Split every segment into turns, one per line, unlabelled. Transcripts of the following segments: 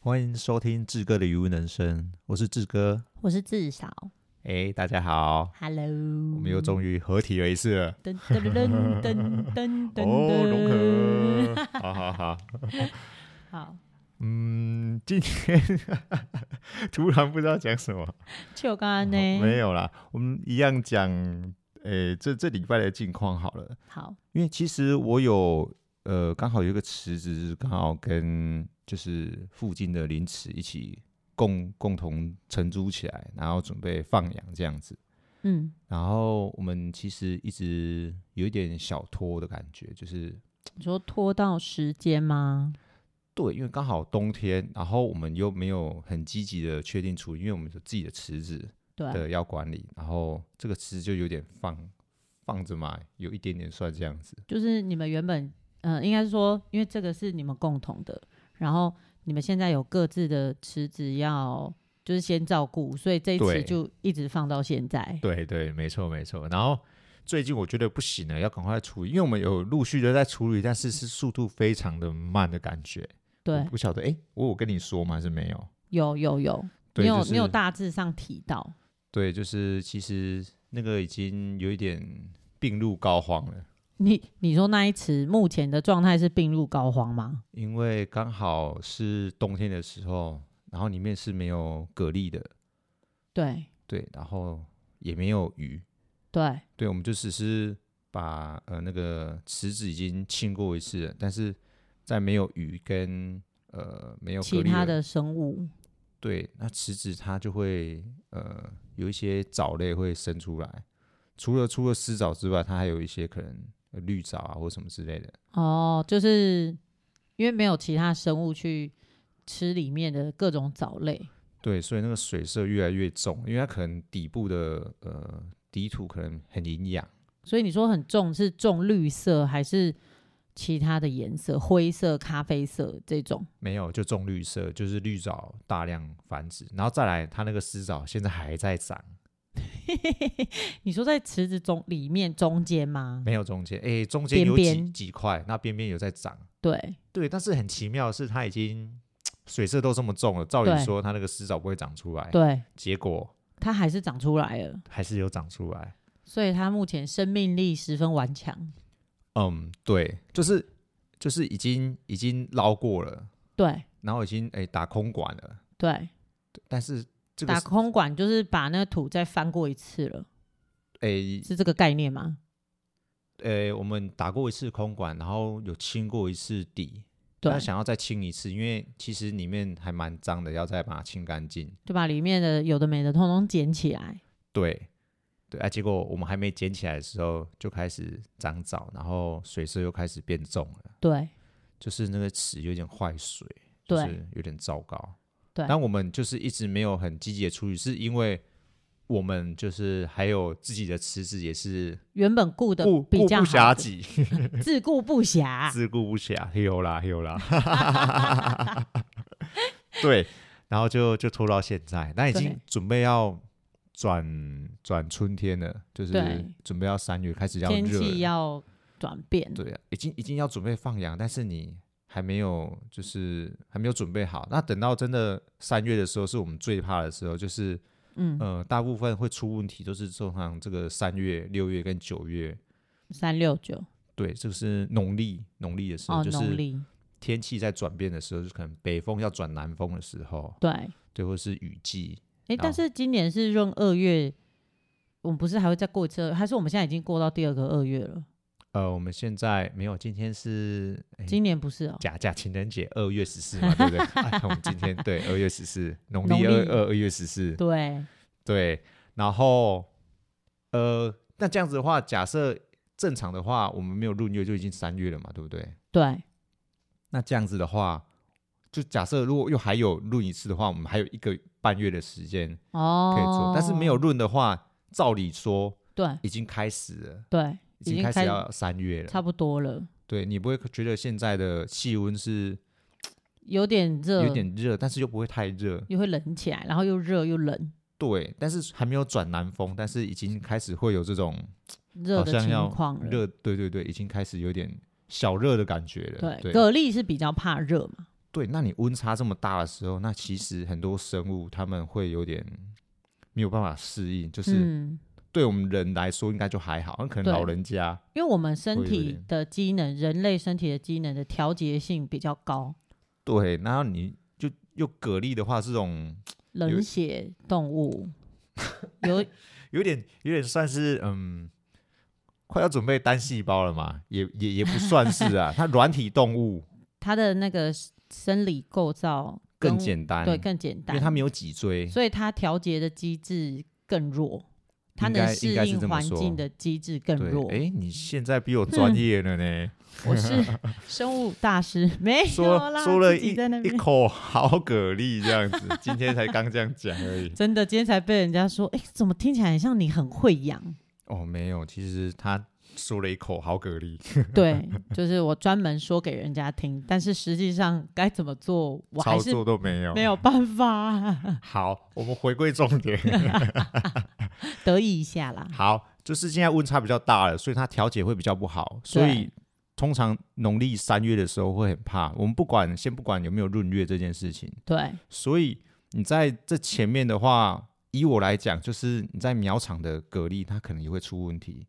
欢迎收听志哥的语无伦声，我是志哥。
我是至少
哎，大家好，
，Hello，
我
我
们又终于合体了一次了。
噔噔噔噔噔噔，
哦，融合，好好好，
好，
嗯，今天 突然不知道讲什么，
就刚刚
哦
呢，
没有啦，我们一样讲，诶，这这礼拜的近况好了，
好，
因为其实我有，呃，刚好有一个池子，是刚好跟就是附近的林池一起共共同承租起来，然后准备放养这样子。
嗯，
然后我们其实一直有一点小拖的感觉，就是
你说拖到时间吗？
对，因为刚好冬天，然后我们又没有很积极的确定处理，因为我们有自己的池子
对，啊
的要管理，然后这个池就有点放放着嘛，有一点点算这样子。
就是你们原本，嗯、应该是说，因为这个是你们共同的，然后你们现在有各自的池子要，就是先照顾，所以这一
对
次就一直放到现在。
对对，没错没错。然后最近我觉得不行了，要赶快处理，因为我们有陆续的在处理，但是是速度非常的慢的感觉。
对，
我不晓得，哎，我有跟你说吗？还是没有？
有有有，
对
你有、
就是
你有大致上提到，
对，就是其实那个已经有一点病入膏肓了，
你你说那一池目前的状态是病入膏肓吗？
因为刚好是冬天的时候，然后里面是没有蛤蜊的，
对
对，然后也没有鱼，
对，
对，我们就只是把呃那个池子已经清过一次了，但是在没有鱼跟呃没有蛤
其
蜊
他的生物，
对，那池子它就会呃有一些藻类会生出来，除了除了丝藻之外，它还有一些可能呃绿藻啊或什么之类的。
哦，就是因为没有其他生物去吃里面的各种藻类，
对，所以那个水色越来越重，因为它可能底部的呃底土可能很营养，
所以你说很重是重绿色还是其他的颜色，灰色、咖啡色这种？
没有就重绿色，就是绿藻大量繁殖，然后再来它那个丝藻现在还在长，
你说在池子中里面中间吗？
没有中间，诶，中间
边
有几
边
几块，那边边有在长，
对
对，但是很奇妙的是它已经水色都这么重了，照理
对
说它那个丝藻不会长出来，
对，
结果
它还是长出来了，
还是有长出来。
所以它目前生命力十分顽强。
嗯，对，就是就是已经已经捞过了，
对
然后已经诶打空管了，
对，
但是这个
打
是
空管就是把那个土再翻过一次了，
诶
是这个概念吗？
呃，哎我们打过一次空管，然后有清过一次底，
对
那，想要再清一次，因为其实里面还蛮脏的，要再把它清干净。
就把里面的有的没的通通捡起来。
对，对啊，结果我们还没捡起来的时候，就开始长藻，然后水色又开始变重了，
对
就是那个池有点坏水，就
对
是有点糟糕。
对
但我们就是一直没有很积极的处理，是因为我们就是还有自己的池子也是
原本顾的
顾
比
顾
较
不
好
暇
的，
给，
自顾不暇。
自顾不暇，有啦有 啦，对，然后就就拖到现在，那已经
对
准备要转转春天了，就是
对
准备要三月开始要
天
热了，
气要转变，
对啊，已经已经要准备放羊，但是你还没有就是还没有准备好，那等到真的三月的时候，是我们最怕的时候，就是
嗯，
呃，大部分会出问题都是通常这个三月、六月跟九月。
三六九
对，这个是农历农历的时候，
哦，
就是
农历
天气在转变的时候，就可能北风要转南风的时候，
对，哎、
对，或是雨季，
但是今年是闰二月，我们不是还会再过一次二月？还是我们现在已经过到第二个二月了？
呃，我们现在没有，今天是哎
今年不是哦，
假假情人节，二月十四嘛，对 不对？哎我们今天对二月十四，农历
农
二
历
二二月十四，
对
对，然后呃，那这样子的话，假设正常的话，我们没有闰月就已经三月了嘛，对不对？
对
那这样子的话，就假设如果又还有闰一次的话，我们还有一个半月的时间
哦，
可以做，但是没有闰的话，照理说
对
已经开始了，
对，
已
已
经
经
开
开
始要三月了。
差不多了，
对你不会觉得现在的气温是
有点热，
有点热，但是又不会太热。
又会冷起来，然后又热又冷，
对，但是还没有转南风，但是已经开始会有这种
热
好
的
像要
情况了。
热，对对对，已经开始有点小热的感觉了。
对，
对
蛤蜊是比较怕热嘛，
对，那你温差这么大的时候，那其实很多生物它们会有点没有办法适应，就是
嗯，
对我们人来说应该就还好，那可能
对
老人家
因为我们身
会有
体
点
的机能，人类身体的机能的调节性比较高，
对，然后你就又蛤蜊的话，这种
冷血动物有
有点有点算是嗯，快要准备单细胞了嘛，也也也不算是啊，它软体动 物
它的那个生理构造
更
跟
简单，
对更简
因
单，
为它没有脊椎，
所以它调节的机制更弱，它
应
能
该
适
应该是
应
这么
环
说
境的机制更
对
弱，。
哎，你现在比我专业了 呢，
我是生物大师， 没有
说
啦，
说了
自己
一
在那
一
边。
口好蛤蜊这样子，今天才刚这样讲而已。
真的，今天才被人家说，哎、怎么听起来很像你很会养？
哦，没有，其实他说了一口好蛤蜊，
对，就是我专门说给人家听，但是实际上该怎么做，我还
操
是
作都没有。
没有办法，啊
好，我们回归重点。
得意一下啦。
好，就是现在温差比较大了，所以它调节会比较不好，所以通常农历三月的时候会很怕。我们不管先不管有没有闰月这件事情，
对，
所以你在这前面的话，以我来讲，就是你在苗场的蛤蜊它可能也会出问题，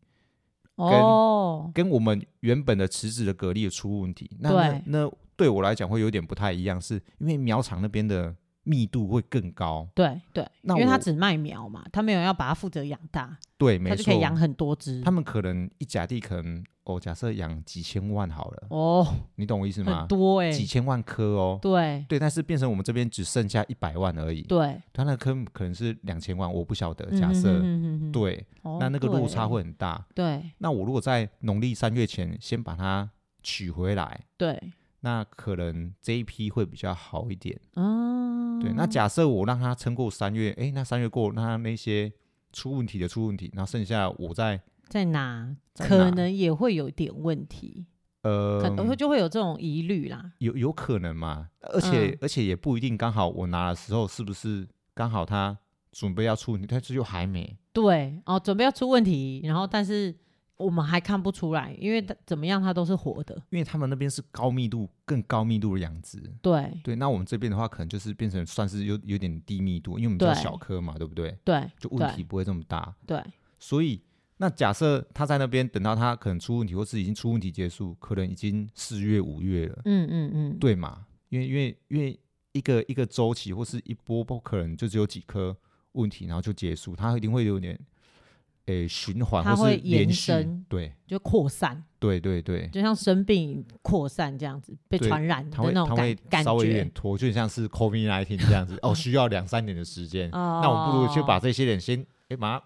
哦，
跟我们原本的池子的蛤蜊也出问题。那
对
那那对我来讲会有点不太一样，是因为苗场那边的密度会更高。
对对，
那
因为他
我
只卖苗嘛，他没有要把它负责养大，
对，
他
没
就可
错
以，养很多只
他。们可能一甲地可能哦，假设养几千万好了，
哦，
你懂我意思吗
很？多哎、
几千万颗哦，
对
对，但是变成我们这边只剩下一百万而已，
对，
它那颗可能是两千万，我不晓得，假设、
嗯，
对，
哦
那那个
对
落差会很大。
对
那我如果在农历三月前先把它取回来，
对，
那可能这一批会比较好一点。
嗯，
对，那假设我让它撑过三月，诶，那三月过，那那些出问题的出问题，然后剩下我再
在哪
在
可
哪
能也会有点问题，
呃，
可能会就会有这种疑虑啦。
有有可能嘛，而且、
嗯
而且也不一定，刚好我拿的时候是不是刚好他准备要出，但是又还没。
对，哦，准备要出问题，然后但是我们还看不出来，因为它怎么样它都是活的。
因为他们那边是高密度、更高密度的养殖，
对
对。那我们这边的话，可能就是变成算是有有点低密度，因为我们比较
对
小颗嘛，对不对？
对
就问题不会这么大。
对，
所以，那假设他在那边等到他可能出问题，或是已经出问题结束，可能已经四月、五月了，
嗯嗯嗯，
对嘛？因为因为因为一个一个周期或是一波波，可能就只有几颗问题，然后就结束，它一定会有点诶、循环，
它
或是
会延
连续
伸
对
就扩散，
对对对，
就像生病扩散这样子，被
对
传染的
它会
那
它
种感
会
感
稍微有点
觉。
拖，就像是 COVID 1 9这样 子，哦，需要两三年的时间，
哦
那我不如就把这些人先诶、把它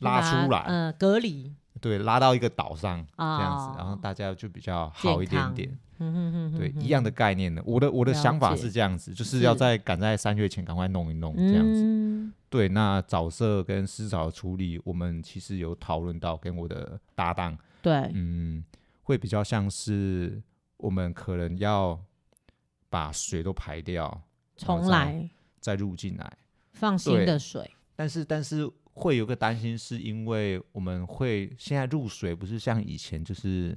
拉出来，
嗯、隔离
对，拉到一个岛上这
啊，
样子，然后大家就比较好一
健
点
康
点。
嗯哼哼哼
对，
哼
一样的概念的。我的我的
了
想法
解
是这样子，就是
是
要在赶在三月前赶快弄一弄
嗯
这样子。对，那早色跟湿早的处理，我们其实有讨论到，跟我的搭档，
对，
嗯，会比较像是我们可能要把水都排掉，
重
再
来
再入进来。
放新
对
的水，
但是但是会有个担心，是因为我们会现在入水不是像以前就是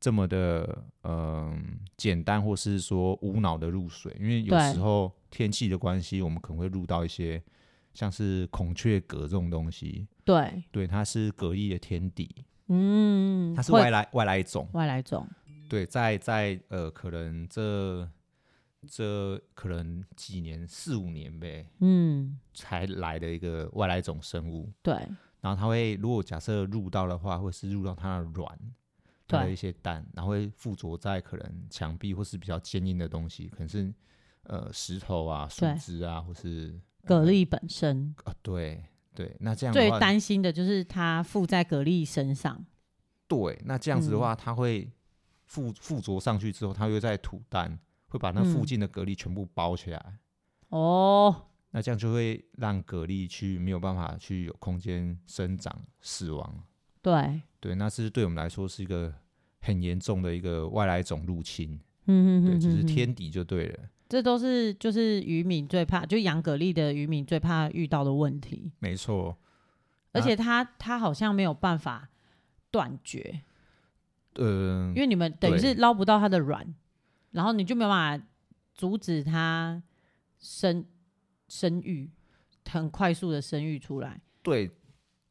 这么的嗯、简单，或是说无脑的入水，因为有
对
时候天气的关系，我们可能会入到一些像是孔雀蛤这种东西，
对，
对，它是蛤蜊的天敌，
嗯，
它是
会
外来外来种，
外来种，
对，在在呃可能这这可能几年四五年呗
嗯，
才来的一个外来种生物，
对
然后它会如果假设入到的话，会是入到它的卵，它的
对
一些蛋，然后会附着在可能墙壁或是比较坚硬的东西，可能是呃石头啊、树
对
枝啊，或是
蛤蜊本身
啊、对对，那这样
最
的话，
担心的就是它附在蛤蜊身上，
对，那这样
嗯
子的话，它会附附着上去之后，它会在吐蛋，会把那附
嗯
近的蛤蜊全部包起来。
哦，
那这样就会让蛤蜊去没有办法去有空间生长、死亡。
对，
对，那是对我们来说是一个很严重的一个外来种入侵，
嗯
对，
嗯，
就是
哼哼
天敌就对了，
这都是就是渔民最怕，就养蛤蜊的渔民最怕遇到的问题，
没错。啊
而且它它好像没有办法断绝，
呃
因，为你们等于
嗯对
是捞不到它的卵，然后你就没有办法阻止他生生育，很快速的生育出来。
对，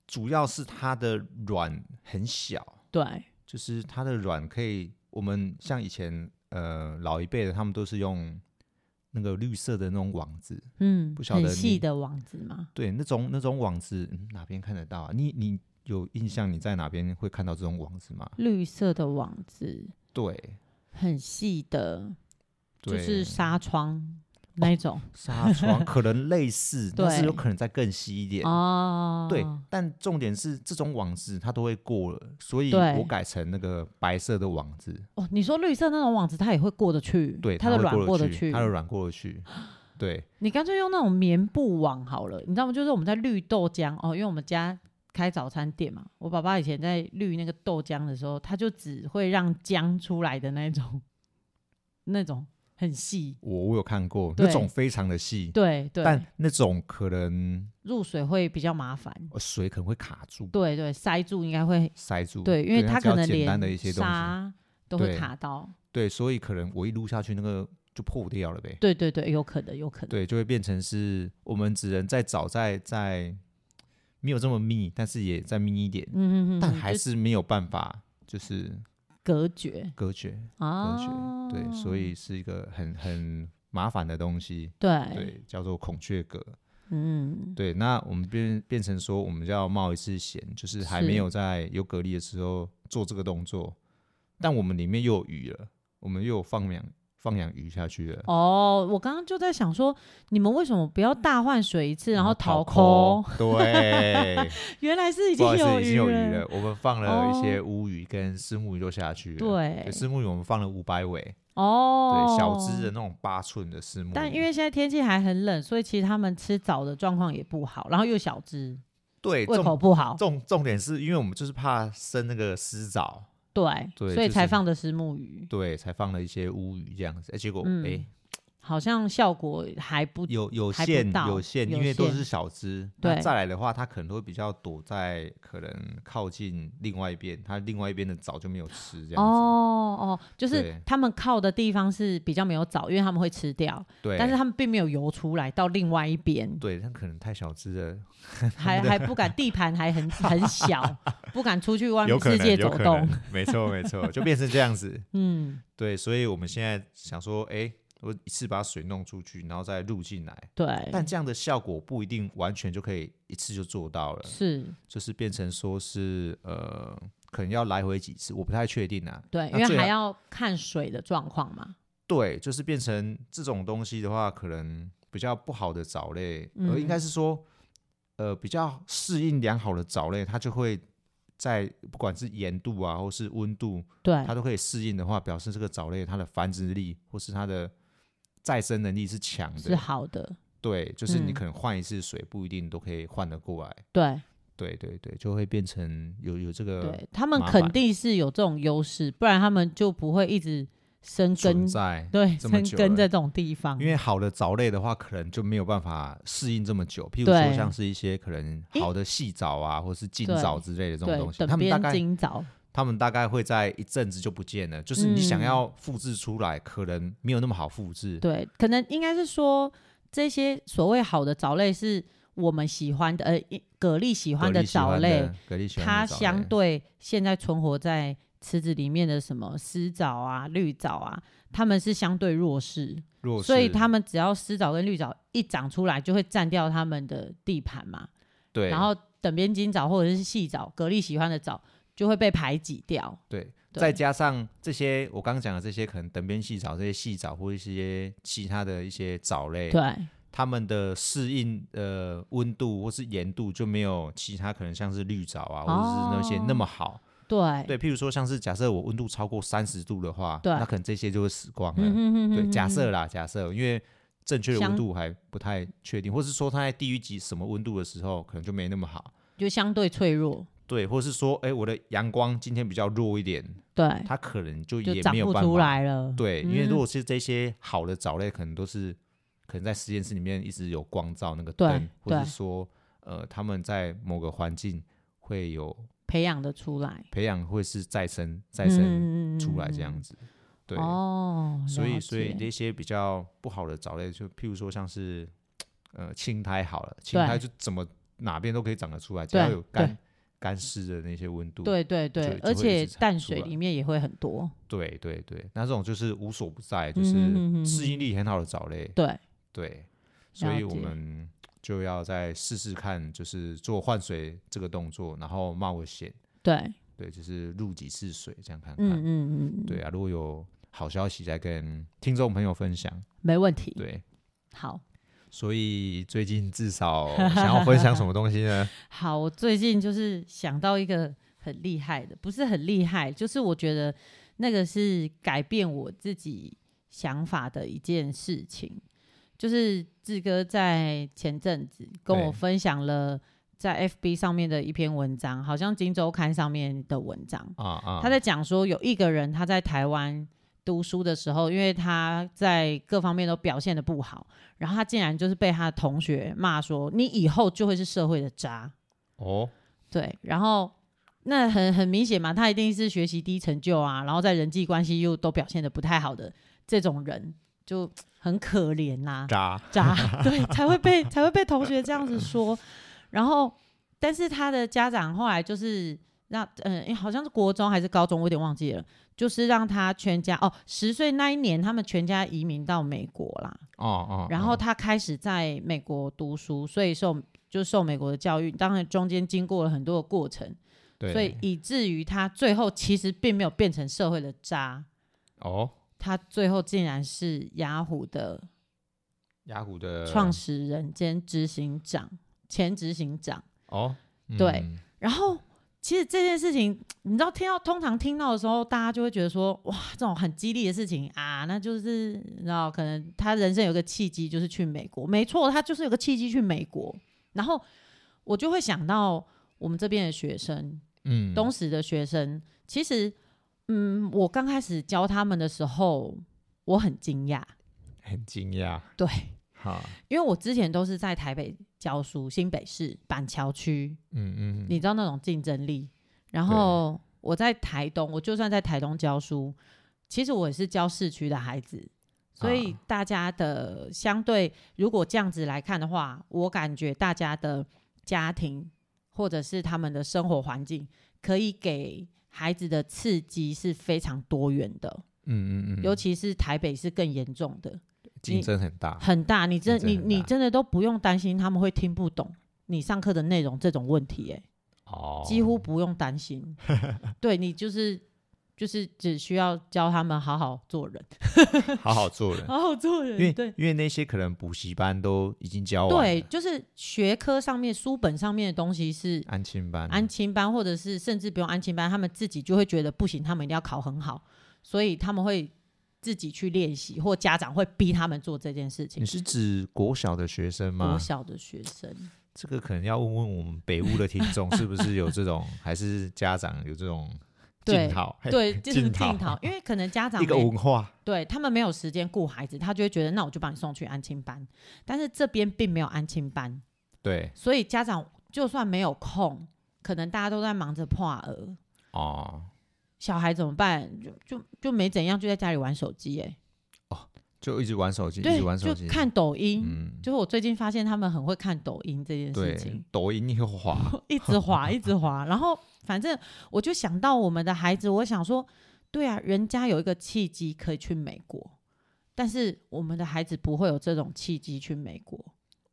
主要是它的卵很小，
对，
就是它的卵可以，我们像以前呃老一辈的，他们都是用那个绿色的那种网子，
嗯，
不晓
很
得
细
你
的网子嘛。
对，那种那种网子、嗯哪边看得到啊？你你有印象你在哪边会看到这种网子吗？
绿色的网子，
对，
很细的，就
对哦
是纱窗那一种
纱窗，可能类 似，但是
对
有可能再更细一点。
哦。
对，但重点是这种网子它都会过了，所以
对
我改成那个白色的网子，
哦，你说绿色那种网子，它也会过得去，
对，
它
它会
的软
过
得
去，它的软过得去，对，
你干脆用那种棉布网好了，你知道吗？就是我们在滤豆浆哦，因为我们家开早餐店嘛，我爸爸以前在滤那个豆浆的时候，他就只会让浆出来的那种， 那种很细，
我我有看过那
对
种非常的细，
对对，
但那种可能
入水会比较麻烦，
呃水可能会卡住、
对对，塞住应该会
塞住，
对，因为
它
它
只
可
要
能
简单的一
连
些东西，
沙都会
对
卡到，
对，所以可能我一撸下去那个就破掉了呗，
对对对，有可能有可能，
对，就会变成是我们只能再找再再没有这么密，但是也再密一点，
嗯嗯嗯，
但
嗯
还
就是
没有办法就是
隔绝
隔绝。科学，
啊，
对，所以是一个很很麻烦的东西，
对，
对，叫做孔雀蛤。
嗯，
对，那我们变变成说，我们要冒一次险，就是还没
是
有在有蛤蜊的时候做这个动作，但我们里面又有鱼了，我们又有放养放养鱼下去了，
哦，我刚刚就在想说，你们为什么不要大换水一次，然后逃
抠
抠？，
对，
原来是已
不
经
好意
有
思，已经
鱼
有鱼了，我们放了一些
哦
乌鱼跟石目鱼都下去了，
对，
石目鱼我们放了五百尾，
哦，
对，小只的。那种八寸的石目鱼，
但因为现在天气还很冷，所以其实他们吃藻的状况也不好，然后又小只，
对
胃
重
口不好，
重重点是因为我们就是怕生那个湿藻，
对，
对
所以
就
才
是
放的石目鱼，
对，才放了一些乌鱼这样子。哎、结果哎、
嗯好像效果还不
有有
还不
限
到
有限，
有
因为都
限
是小只。那
对
再来的话，它可能会比较躲在可能靠近另外一边，它另外一边的藻就没有吃这样子。
哦哦，就是
对
他们靠的地方是比较没有藻，因为他们会吃掉，
对，
但是他们并没有游出来到另外 一边，
对，它可能太小只了，
还还不敢，地盘还很很 小，不敢出去外面世界走动。，
没错没错，就变成这样子。
嗯，
对，所以我们现在想说，哎、我一次把水弄出去，然后再入进来。
对，
但这样的效果不一定完全就可以一次就做到了，
是，
就是变成说是呃，可能要来回几次，我不太确定啊。
对，因
那
为
最
还
好
要看水的状况嘛。
对，就是变成这种东西的话，可能比较不好的藻类，
嗯
呃，应该是说，呃，比较适应良好的藻类，它就会在不管是盐度啊，或是温度，
对
它，都可以适应的话，表示这个藻类它的繁殖力或是它的再生能力是强
是
的。
好的，
对，就是你
嗯
可能换一次水，不一定都可以换得过来。
对
对对对，就会变成有有这个
对，他们
麻
肯
烦
定是有这种优势，不然他们就不会一直生
存
根，
在。
对，
这么
生
久
根
了
在这种地方
因。为好的藻类的话，可能就没有办法适应这么久。譬如
对
说，像是一些可能好的细藻啊，或是金藻之类的这种
对
东，西，他
等
们大
边
概
金藻，
他们大概会在一阵子就不见了。就是你想
嗯
要复制出来，可能没有那么好复制。
对，可能应该是说这些所谓好的藻类是我们喜欢的，呃，一蛤蜊喜
蛤
欢的
蜊喜
藻
欢
类
的，，蛤蜊喜欢
它
的藻类
相对现在存活在池子里面的什么丝藻啊、绿藻啊，它们是相对弱势，
弱势，
所以它们只要丝藻跟绿藻一长出来，就会占掉它们的地盘嘛。
对，
然后等边金藻或者是细藻，蛤蜊喜欢的藻就会被排挤掉。
对，
对
再加上这些我刚刚讲的这些可能等边细藻、这些细藻或一些其他的一些藻类，
对
它们的适应呃温度或是盐度就没有其他可能像是绿藻
哦
啊，或者是那些那么好。
对，
对，譬如说像是假设我温度超过三十度的话，
对
那可能这些就会死光了。
嗯哼哼哼
对，
哼嗯
假
哼
设啦，假设因为。正确的
相
温度还不太确定，或是说它在低于几什么温度的时候，可能就没那么好。
就相对脆弱。
对，或是说，哎、我的阳光今天比较弱一点，
对，
它可能就
就
也
长
没有
不
办
出
法
来了。
对，因为
嗯
如果是这些好的藻类，可能都是可能在实验室里面一直有光照那个
对
灯，或
对
是说呃他们在某个环境会有
培养的出来，
培养，会是再生再
嗯
生
嗯嗯嗯
出来
嗯
这样
嗯
子。对，
哦，
所以
了
所以
解
那些比较不好的藻类，就譬如说像是呃青苔好了，青苔就怎么哪边都可以长得出来，只要
对
有干干湿的那些温度，
对对对，
就会
而
一
且
直产
淡
出
水
来
里面也会很多，
对对对，那这种就是无所不在，就
嗯哼哼
是
哼
适
哼
应力很好的藻类，
对，
对，所以
了
我
解
们就要再试试看，就是做换水这个动作，然后冒险，
对，
对，就是入几次水这样看看，
嗯嗯嗯嗯，
对啊，如果有好消息再跟听众朋友分享，
没问题。
对。
好，
所以最近至 少想要分享什么东西呢？
好，我最近就是想到一个很厉害的，不是很厉害，就是我觉得那个是改变我自己想法的一件事情。就是志哥在前阵子跟
对
我分享了在 FB 上面的一篇文章，好像《金周刊》上面的文章，
啊啊，
他在讲说有一个人他在台湾读书的时候，因为他在各方面都表现的不好，然后他竟然就是被他的同学骂说：“你以后就会是社会的渣。
哦，”
对，然后那很很明显嘛，他一定是学习低成就啊，然后在人际关系又都表现的不太好的这种人，就很可怜呐、
渣，
渣，对，才会被才会被同学这样子说。然后，但是他的家长后来就是让，嗯、好像是国中还是高中，我有点忘记了，就是让他全家哦，十岁那一年，他们全家移民到美国啦。
哦哦，
然后
哦
他开始在美国读书，所以受就受美国的教育，当然中间经过了很多的过程，
对，
所以以至于他最后其实并没有变成社会的渣，
哦，
他最后竟然是雅虎的
雅虎的
创始人兼执行长、前执行长。
哦，
对
嗯，
然后，其实这件事情，你知道，听到通常听到的时候，大家就会觉得说，哇，这种很激励的事情啊，那就是你知道，可能他人生有个契机，就是去美国。没错，他就是有个契机去美国。然后我就会想到我们这边的学生，
嗯，
东石的学生，其实，嗯，我刚开始教他们的时候，我很惊讶，
很惊讶，
对。
哈，
因为我之前都是在台北教书，新北市板桥区，
嗯嗯，
你知道那种竞争力。然后我在台东，我就算在台东教书，其实我也是教市区的孩子，所以
啊
大家的相对，如果这样子来看的话，我感觉大家的家庭或者是他们的生活环境，可以给孩子的刺激是非常多元的，
嗯嗯嗯，
尤其是台北是更严重的。
竞
你
争很大，
很大，你真
竞争
你
很
你
大
真的都不用担心他们会听不懂你上课的内容这种问题、欸，
哦，
几乎不用 担心。对你就是就是只需要教他们好好做人，
好好做人，
好好做人
因为欸
对
因为那些可能补习班都已经教完
对，
了，
就是学科上面书本上面的东西是
安亲班，
安亲班，或者是甚至不用安亲班，他们自己就会觉得不行，他们一定要考很好，所以他们会自己去练习，或家长会逼他们做这件事情
你。是指国小的学生吗
国？小的学生。
这个可能要问问我们北屋的听众，是不是有这种，还是家长有这种
对
镜头？
对，就是
进
镜
讨
头，因为可能家长
一个
没
文化，
对他们没有时间顾孩子，他就会觉得那我就把你送去安亲班，但是这边并没有安亲班，
对
所以家长就算没有空，可能大家都在忙着破儿，
哦，
小孩怎么办？就就就没怎样，就在家里玩手机、欸，
就一直玩手机，一
对
直玩，手
就
机，
看抖音。
嗯，
就是我最近发现他们很会看抖音这件事
对
情，，
抖音又滑，
一直滑，一直滑。然后反正我就想到我们的孩子，我想说，对啊，人家有一个契机可以去美国，但是我们的孩子不会有这种契机去美国。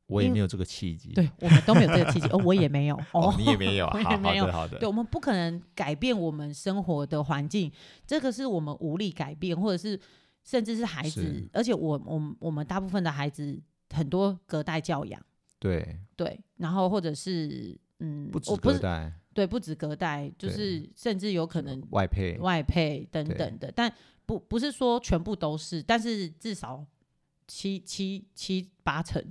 我也
因为
没有这个契机，
对我们都没有这个契机，哦，我也没有，
哦，你也没有，
我
好
也
好
没有
的好
对，
的，
我们不可能改变我们生活的环境，这个是我们无力改变，或者是甚至是孩子
是，
而且我我们我们大部分的孩子很多隔代教养，
对，
对，然后或者是嗯，
不止
我不
隔
是
代
对，不止隔代，就
对
是甚至有可能
外配，
外配等
对
等的，但不不是说全部都是，但是至少七七七八成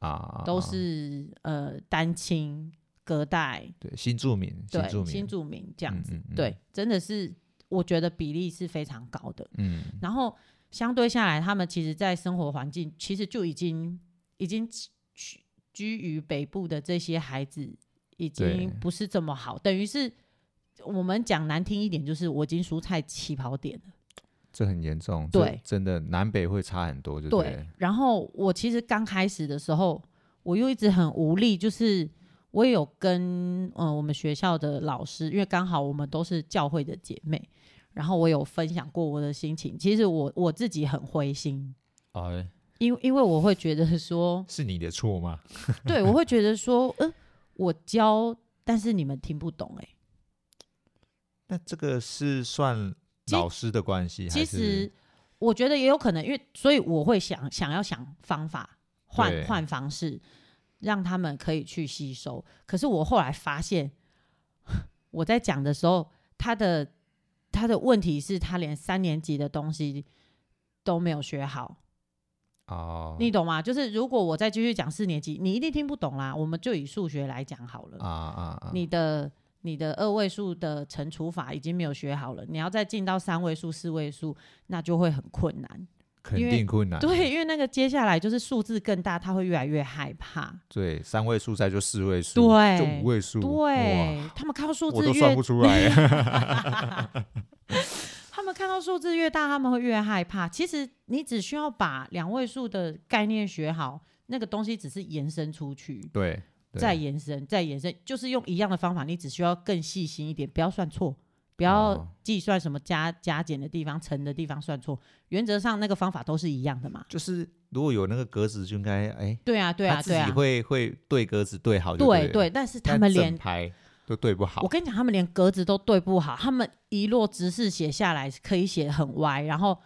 啊，
都是、呃单亲隔代
对新住民，
对
住
新
民，
住民这样
嗯
子，
嗯嗯
对，真的是我觉得比例是非常高的。
嗯，
然后相对下来，他们其实，在生活环境其实就已经已经居居于北部的这些孩子，已
对
经不是这么好，等于是我们讲难听一点，就是我已经输在起跑点了。
这很严重，这
对
真的南北会差很多，就
对，
对了，
然后我其实刚开始的时候，我又一直很无力，就是我也有跟呃我们学校的老师，因为刚好我们都是教会的姐妹，然后我有分享过我的心情。其实我我自己很灰心，
哎，
因因为我会觉得 说，
是你的错吗？
对我会觉得说，嗯、我教，但是你们听不懂、欸，哎，
那这个是算
其
老师的关系，还
其
是
实我觉得也有可能，因为所以我会想想要想方法换
对
换方式，让他们可以去吸收。可是我后来发现， 我在讲的时候，他的他的问题是他连三年级的东西都没有学好，
哦，
你懂吗？就是如果我再继续讲四年级，你一定听不懂啦。我们就以数学来讲好了。
啊啊啊，
你的你的二位数的乘除法已经没有学好了，你要再进到三位数、四位数，那就会很困难。
肯
因为
定困难，
对，因为那个接下来就是数字更大，他会越来越害怕。
对，三位数再就四位数，
对
就五位数，哇，
对他们看到数
我
字
都算
越
不，出来。
他们看到数字越大，他们会越害怕。其实你只需要把两位数的概念学好，那个东西只是延伸出去。
对，对
再延伸，再延伸，就是用一样的方法，你只需要更细心一点，不要算错，不要
哦
计算什么加加减的地方、乘的地方算错。原则上那个方法都是一样的嘛。
就是如果有那个格子，就应该哎，
对啊，对
他
啊，
自
对
己
啊，
会会对格子对好就
对
了
对。，但是他
但
们
整
连
排都对不好
我，跟你讲，他们连格子都对不好，他们一摞直视写下来可以写很歪，然后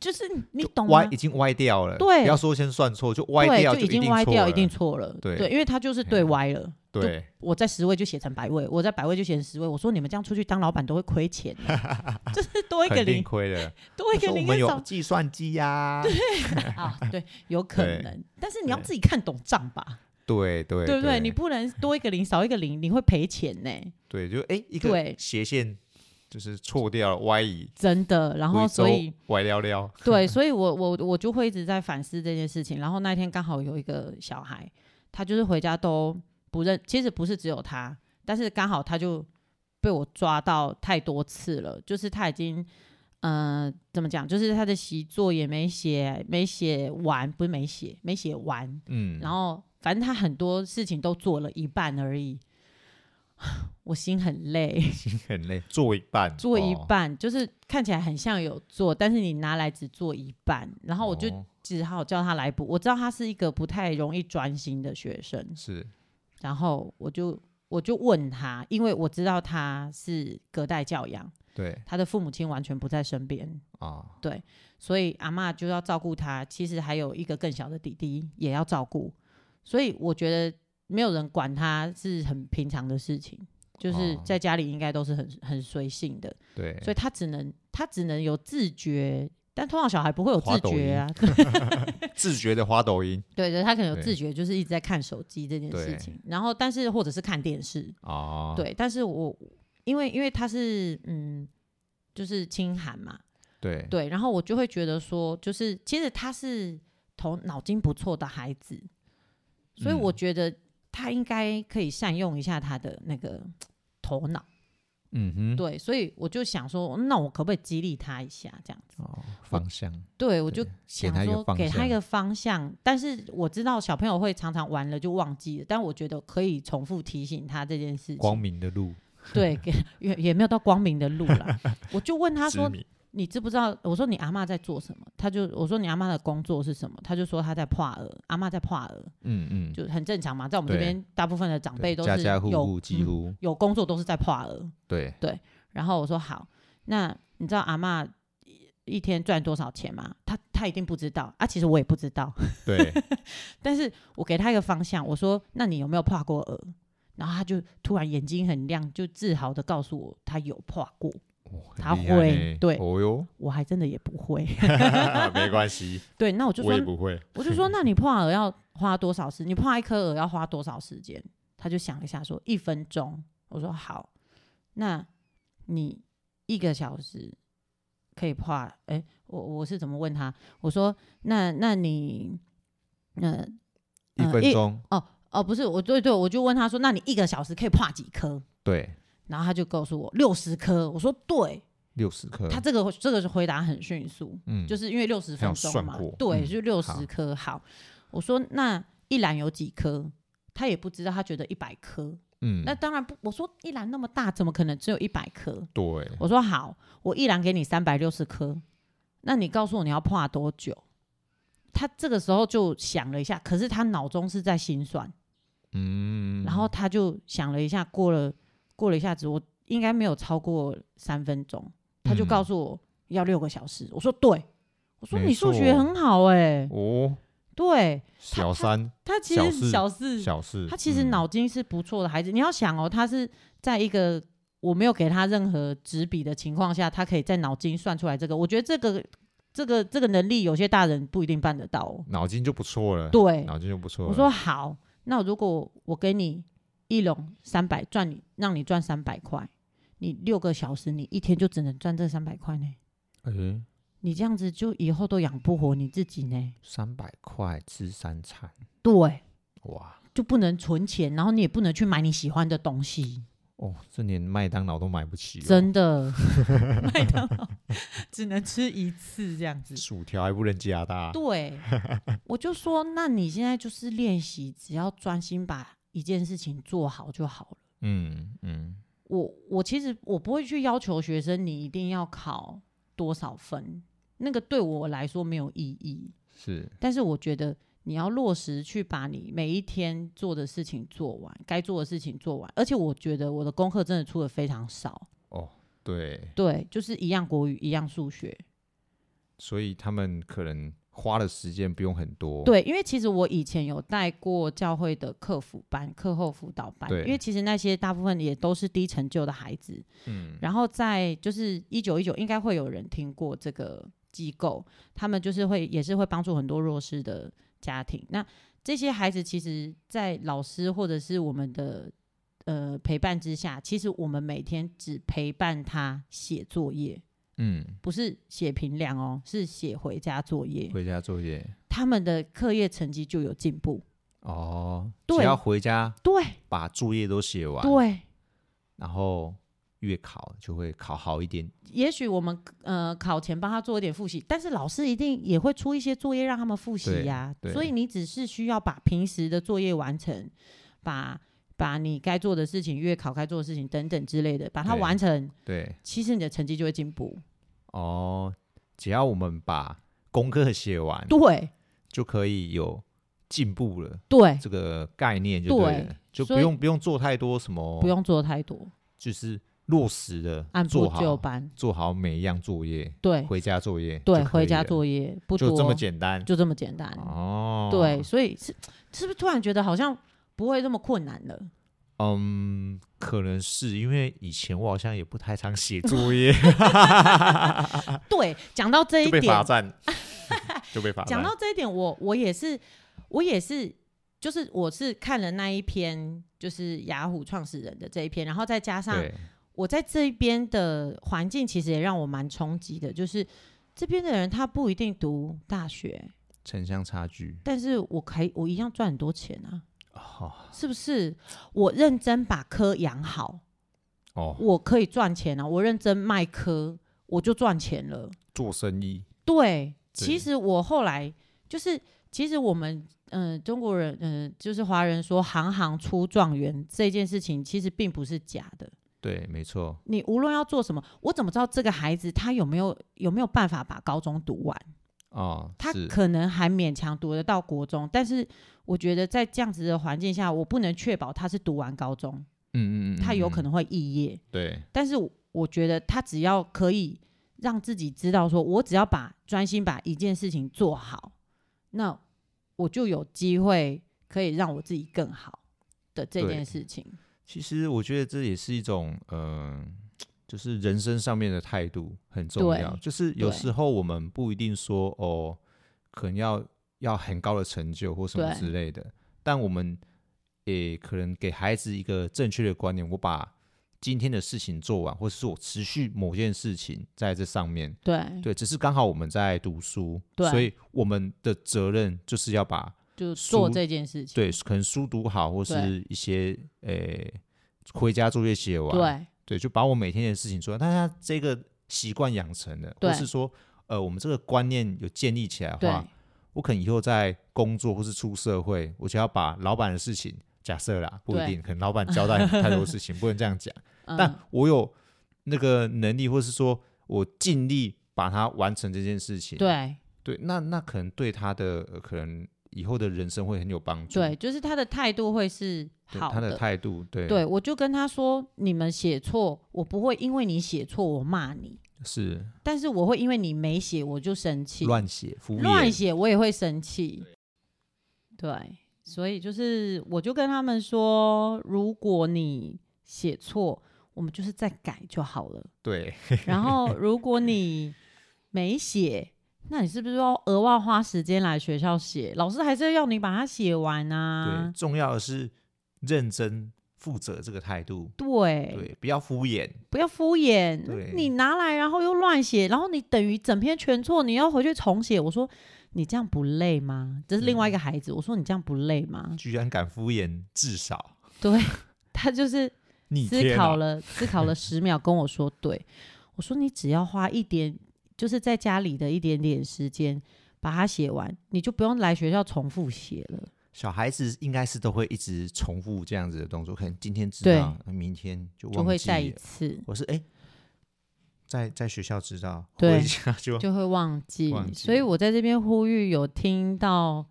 就是你懂吗
歪？已经歪掉了。
对
不要说先算错，就歪
对，
掉
就已
一定
经歪
错
掉，
了
一定错了。
对
对，因为他就是
嘿
对歪了。
对。
我在十位就写成百位，我在百位就写成十位。我说你们这样出去当老板都会亏钱 的，就是多一个
肯定
零，
亏的。
多一
他
个
说我
零
们
跟
有
少
计算机呀，
啊，对，有可
对
能。但是你要
对
自己看懂账吧，
对对
对不对？
对？
你不能多一个零少一个零，你会赔钱呢，
对就哎一
对
个斜线就是错掉了，歪移，
真的。然后
徽
所
州
以
歪撩撩，
对，所以我我我就会一直在反思这件事情。然后那天刚好有一个小孩，他就是回家都不认，其实不是只有他，但是刚好他就被我抓到太多次了，就是他已经。呃，怎么讲？就是他的习作也没写，没写完，不是没写，没写完。
嗯，
然后反正他很多事情都做了一半而已， 我心很累。
很累，做一半，
做一
哦，
半，就是看起来很像有做，但是你拿来只做一半，然后我就
哦
只好叫他来补。我知道他是一个不太容易专心的学生，
是
然后我就我就问他，因为我知道他是隔代教养，
对
他的父母亲完全不在身边，
啊，
所以阿嬷就要照顾他。其实还有一个更小的弟弟也要照顾，所以我觉得没有人管他是很平常的事情，就是
哦
在家里应该都是很很随性的。
对，
所以他只能他只能有自觉，但通常小孩不会有自
滑抖
觉
音
啊。
自觉的花抖音
对对，他可能有自
对
觉，就是一直在看手机这件事
对
情。然后，但是或者是看电视，
哦，
对。但是我因为因为他是嗯，就是清寒嘛，
哎对
对。然后我就会觉得说，就是其实他是头脑筋不错的孩子，所以我
嗯
觉得他应该可以善用一下他的那个头脑。
嗯哼，
对，所以我就想说，那我可不可以激励他一下这样子？
哦，方向
对，我就想
他一个
说
方
给他
向
一个方向，但是我知道小朋友会常常玩了就忘记了，但我觉得可以重复提醒他这件事
光
情。
明的路，
对，给也也没有到光明的 路啦。我就问他
知
说
名：“
你知不知道？”我说：“你阿嬷在做什么？”他就我说：“你阿嬷的工作是什么？”他就说：“他在跨儿，阿嬷在跨儿，
嗯嗯，
就很正常嘛。在我们这
对
边，大部分的长
对
辈都是
家
有
家户户几
嗯
乎
有工作都是在跨儿。
对，
然后我说好，那你知道阿嬷一一天赚多少钱吗？他他一定不知道啊，其实我也不知道，
对，
但是我给他一个方向，我说那你有没有跨过额？然后他就突然眼睛很亮，就自豪的告诉我他有跨过，
哦
他
很厉害
会
呢
对
哦哟，
我还真的也不会。
没关系，
对，那我 就
我也
说
不会，
我就说那你跨额要花多少时？你跨一颗额要花多少时间？他就想了一下说一分钟。我说好，那你一个小时可以跨？哎、我我是怎么问他？我说那那你，呃
一
呃
分
一
钟，
哦哦不是，我对对，我就问他说那你一个小时可以跨几颗？
对，
然后他就告诉我六十颗。我说对，
六十颗，
他这个这个回答很迅速，
嗯，
就是因为六十
他有
分钟
算
嘛
过，
对，
嗯
就六
好
十颗。好，我说那一篮有几颗？他也不知道，他觉得一百颗。
嗯，
那当然不，我说一篮那么大，怎么可能只有一百颗？
对，
我说好，我一篮给你三百六十颗，那你告诉我你要画多久？他这个时候就想了一下，可是他脑中是在心算，
嗯，
然后他就想了一下，过了过了一下子，我应该没有超过三分钟，他就
嗯
告诉我要六个小时。我说对，我说
没
你数学
错
很好哎、
哦，
对
小
他
三
他其
小
实
四
是小四，
小四，
他其实
嗯
脑筋是不错的孩子。你要想哦，他是在一个我没有给他任何纸笔的情况下，他可以在脑筋算出来这个。我觉得这个这个这个能力，有些大人不一定办得到、哦。
脑筋就不错了，，
对，
脑筋就不错了。
我说好，那如果我给你一笼三百，赚你让你赚三百块，你六个小时，你一天就只能赚这三百块呢。
诶，
你这样子就以后都养不活你自己呢。
三百块吃三餐，
对，
哇，
就不能存钱，然后你也不能去买你喜欢的东西。
哦，这连麦当劳都买不起、哦，
真的， 麦当劳只能吃一次这样子。
薯条还不能加大，
对，我就说，那你现在就是练习，只要专心把一件事情做好就好了。
嗯嗯，
我我其实我不会去要求学生你一定要考多少分，那个对我来说没有意义。
是，
但是我觉得你要落实去把你每一天做的事情做完，该做的事情做完。而且我觉得我的功课真的出的非常少，
哦，对，
对，就是一样国语，一样数学，
所以他们可能花的时间不用很多，，
对，因为其实我以前有带过教会的客服班、课后辅导班，
对
因为其实那些大部分也都是低成就的孩子。
嗯，
然后在就是一九一九，应该会有人听过这个机构，他们就是会也是会帮助很多弱势的家庭。那这些孩子其实，在老师或者是我们的呃陪伴之下，其实我们每天只陪伴他写作业，
嗯，
不是写评量哦，是写回家作业。
回家作业，
他们的课业成绩就有进步。
哦，
对
只要回家
对
把作业都写完，，
对，
然后月考就会考好一点，
也许我们呃考前帮他做一点复习，但是老师一定也会出一些作业让他们复习
对
呀、
对
所以你只是需要把平时的作业完成，把把你该做的事情、月考该做的事情等等之类的，把它
对
完成，
对，
其实你的成绩就会进步。
哦，只要我们把功课写完，
对
就可以有进步了。
对，
这个概念就对了，
对
就不
所以
用不用做太多什么，
不用做太多，
就是落实的
按
做
部就
好
班。
做好每一样作业，
对
回家作业
对，
就可
回
以
家
了
作业不多，
就这么简单
就这么简单。
哦。
对，，所以是是不是突然觉得好像不会这么困难了？
嗯，可能是因为以前我好像也不太常写作业，
对，讲到这
就
一
被
点，
罚站， 就被罚站。
讲到这一点，我我也是，我也是，就是我是看了那一篇，就是雅虎创始人的这一篇，然后再加上
对，
我在这边的环境，其实也让我蛮冲击的，就是这边的人他不一定读大学，
城乡差距，
但是我可以我一样赚很多钱啊，
哦
是不是？我认真把科养好，
哦，
我可以赚钱啊，我认真卖科，我就赚钱了。
做生意，
对，
对
其实我后来就是，其实我们嗯、呃中国人嗯、呃就是华人说“行行出状元”这件事情，其实并不是假的。
对，没错，
你无论要做什么，我怎么知道这个孩子他有没有有没有办法把高中读完？
哦，
他
是
可能还勉强读得到国中，但是我觉得在这样子的环境下，我不能确保他是读完高中，
嗯嗯嗯，
他有可
能
能会肄业。
对，
但是我我觉得他只要可以让自己知道说，我只要把专心把一件事情做好，那我就有机会可以让我自己更好的这
对
件事情。
其实我觉得这也是一种，嗯、就是人生上面的态度很重
对
要。就是有
对
时候我们不一定说哦，可能要要很高的成就或什么
对
之类的，但我们也可能给孩子一个正确的观念，我把今天的事情做完，或是我持续某件事情在这上面。
对，
对，只是刚好我们在读书，
嗯对
所以我们的责任就是要把
就
书
做这件事情。
对可能书读好，或
对
是一些诶、回家作业写完，
对
对，就把我每天的事情做完。但是他这个习惯养成了，
对
或是说呃我们这个观念有建立起来的
对
话，我可能以后在工作或是出社会，我只要把老板的事情，假设啦，不一
对
定，可能老板交代你 太多事情，不能这样讲。但
嗯，
我有那个能力，或是说我尽力把它完成这件事情。
对
对，那那可能对他的、呃可能以后的人生会很有帮助。
对，就是他的态度会是
对，
好
他的态度，对
对，我就跟他说，你们写错，我不会因为你写错我骂你，
是
但是我会因为你没写我就生气，
乱写敷衍，
乱写我也会生气。对，所以就是我就跟他们说，如果你写错，我们就是再改就好 了。
对
然后如果你没写，那你是不是要额外花时间来学校写？老师还是要你把它写完
对
啊。，
重要的是认真负责这个态度，
对
对，不要敷衍，
不要敷衍
对，
你拿来然后又乱写，然后你等于整篇全错，你要回去重写。我说你这样不累吗？这是另外一个孩子，我说你这样不累吗？
居然敢敷衍，至少
对他就是
逆
思
天啊
考
了，
了思考了十秒，跟我说对，我说你只要花一点，就是在家里的一点点时间把它写完，你就不用来学校重复写了。
小孩子应该是都会一直重复这样子的动作，可能今天知
对
道，明天就
就
忘
会
记
再一
了。
次，
我是哎、在在学校知道，
对
回家就
就会忘记。
哦忘记
所以我在这边呼吁有 听到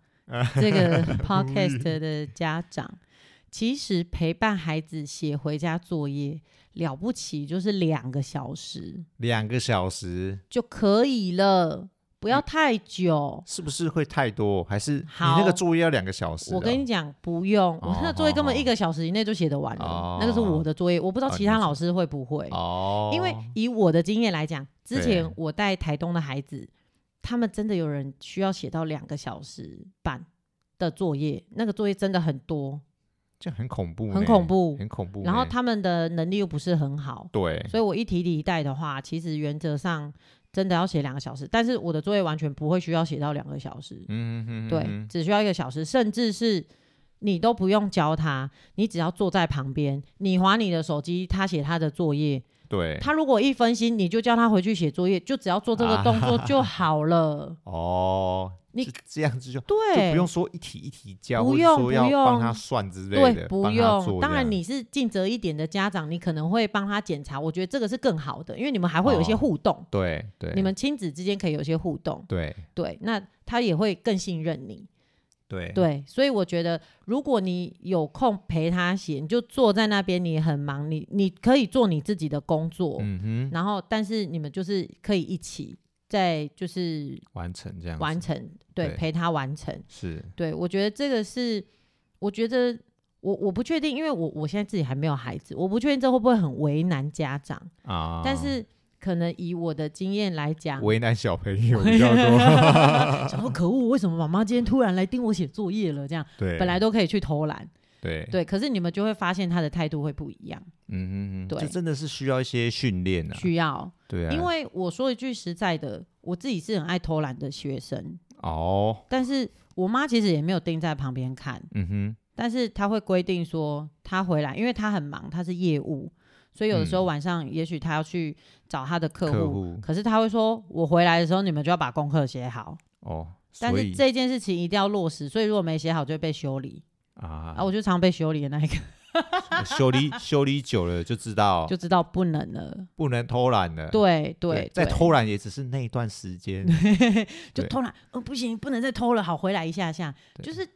这个 podcast 的家长，其实陪伴孩子写回家作业了不起，就是两个小时
两个小时，
就可以了，不要太久。
是不是会太多？还是你
好
那个作业要两个小时哦、
我跟你讲，不用，
哦
我那个作业根本
哦
一个小时以内就写得完了，
哦
那个是我的作业，我不知道
哦
其
你
他
的
老师会不会，
哦，
因为以我的经验来讲，之前
对
我带台东的孩子，他们真的有人需要写到两个小时半的作业，那个作业真的很多，
这样很恐怖呢，
很恐怖
很恐怖呢。
然后他们的能力又不是很好，
对
所以我一题一题带的话，其实原则上真的要写两个小时，但是我的作业完全不会需要写到两个小时，
嗯嗯
对，只需要一个小时，甚至是你都不用教他，你只要坐在旁边，你划你的手机，他写他的作业，
对，
他如果一分心，你就叫他回去写作业，就只要做这个动作
啊
就好了。
哦，
你
这这样 子就就
对，
不用说一题一题教，
不
或者
用
说
不
要帮
用
他算之类
对
的，，
不
帮他做
用。当
这样
然，你是尽责一点的家长，你可能会帮他检查，我觉得这个是更好的，因为你们还会有一些
哦
互动，
对对，
你们亲子之间可以有一些互动。
对
对，那他也会更信任你。
对
对，所以我觉得，如果你有空陪他写，你就坐在那边，你很忙，你你可以做你自己的工作，
嗯哼，
然后但是你们就是可以一起在就是
完成这样子
完成，对，
对
陪他完成。
是
对我觉得这个是，我觉得我我不确定，因为我我现在自己还没有孩子，我不确定这会不会很为难家长，
啊，
但是可能以我的经验来讲，
为难小朋友比较多，
想说可恶，为什么妈妈今天突然来盯我写作业了？这样
对，
本来都可以去偷懒，
对
对，可是你们就会发现他的态度会不一样，
嗯嗯，
对
这真的是需要一些训练啊，
需要，
对啊，
因为我说一句实在的，我自己是很爱偷懒的学生，
哦，
但是我妈其实也没有盯在旁边看，
嗯哼，
但是他会规定说他回来，因为他很忙，他是业务，所以有的时候晚上也许他要去找他的客
嗯
户，
客户
可是他会说，我回来的时候你们就要把功课写好，
哦，
但
所
是
以
这件事情一定要落实，所以如果没写好就会被修理
啊
啊，我就常被修理的那一个，
修理修理久了就知道
就知道不能了，
不能偷懒了，
对对，
再
对
偷懒也只是那一段时间，
就
对
偷懒，呃，不行，不能再偷了，好，回来一下下，
对
就是。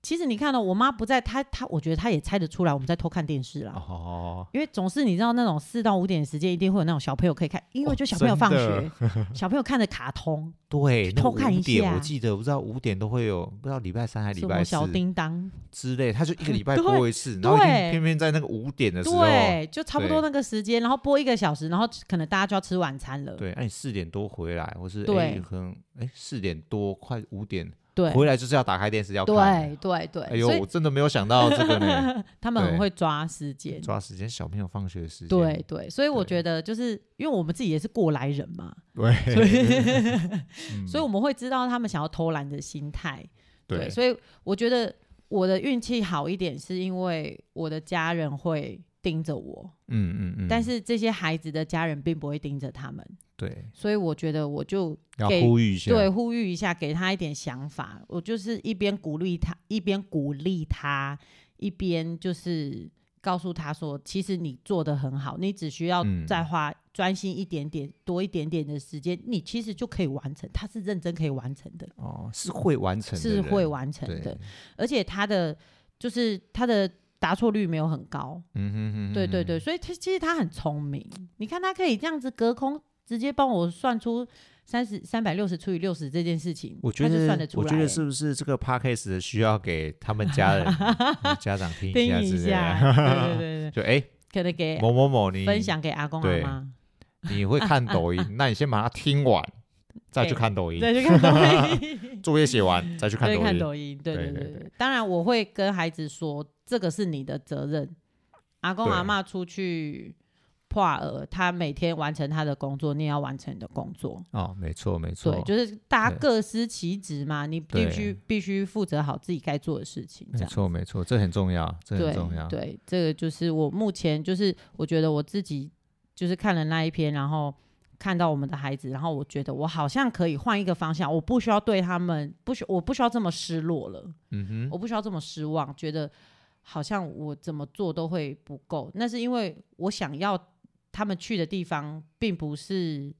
其实你看哦到、我妈不在，她她，我觉得她也猜得出来我们在偷看电视啦。
哦，
因为总是你知道那种四到五点的时间，一定会有那种小朋友可以看，因为
哦
就小朋友
真
放学
的，
小朋友看的卡 通，
对，那
偷看一
5点我
下
记得不知道五点都会有，不知道礼拜三还是
什
礼
么
拜四
小叮当，
之类，他就一个礼拜
对
播一 次，然后一定
对
偏偏在那个五点的时候，
对，就差不多
对
那个时间，然后播一个小时，然后可能大家就要吃晚餐了，
对，那你四点多回来，或是
对
哎可能哎四点多快五点
对
回来就是要打开电视要看
对。对对，
哎呦，
所
我
以
真的没有想到这个 呢。
他们很
对
会抓时间，
抓时间，小朋友放学的时间。
对对，所以我
对
觉得就是因为我们自己也是过来人嘛，
对，
所以
嗯
所以我们会知道他们想要偷懒的心态，对，
对
所以我觉得我的运气好一点，是因为我的家人会盯着我，
嗯嗯嗯，
但是这些孩子的家人并不会盯着他们，
对，
所以我觉得我就
要
给
呼吁一下，
对，呼吁一下，给他一点想法。我就是一边鼓励他，一边鼓励他，一边就是告诉他说，其实你做的很好，你只需要
嗯
再花专心一点点，多一点点的时间，你其实就可以完成。他是认真可以完成的，
哦，是会完成的
是
人，
会完成
对
的，，而且他的就是他的。答错率没有很高，
嗯哼哼，
对对
哼，
对，所以他其实他很聪明。你看他可以这样子隔空直接帮我算出三十三百六十除以六十这件事情，
我觉
他就算得
得
出
我
来。
觉得是不是这个 podcast 需要给他们家 人家长听
叮
下
一
之类
下，
的，
对对对对，
就哎
可 能给
某某某你
分享给阿公阿
对
妈，
你会看抖 音，那你先把它听完，再去
对
看抖音，
再去看抖音，
作业写完再去看
再
抖
看
音。
抖音，对
对
对
对
对
对
对。当然我会跟孩子说，这个是你的责任。阿公
对
阿妈出去破尔，他每天完成他的工作，你也要完成你的工作。
哦，没错没错
对，，就是大家
对
各司其职嘛，你必
对
须必须负责好自己该做的事情，这
没
样。
错没错，这很重要，这很
对
重要。
对，这个就是我目前就是我觉得我自己就是看了那一篇，然后看到我们的孩子，然后我觉得我好像可以换一个方向，我不需要对他们不需我不需要这么失落了，
嗯哼，
我不需要这么失望，觉得好像我怎么做都会不够。那是因为我想要他们去的地方，并不是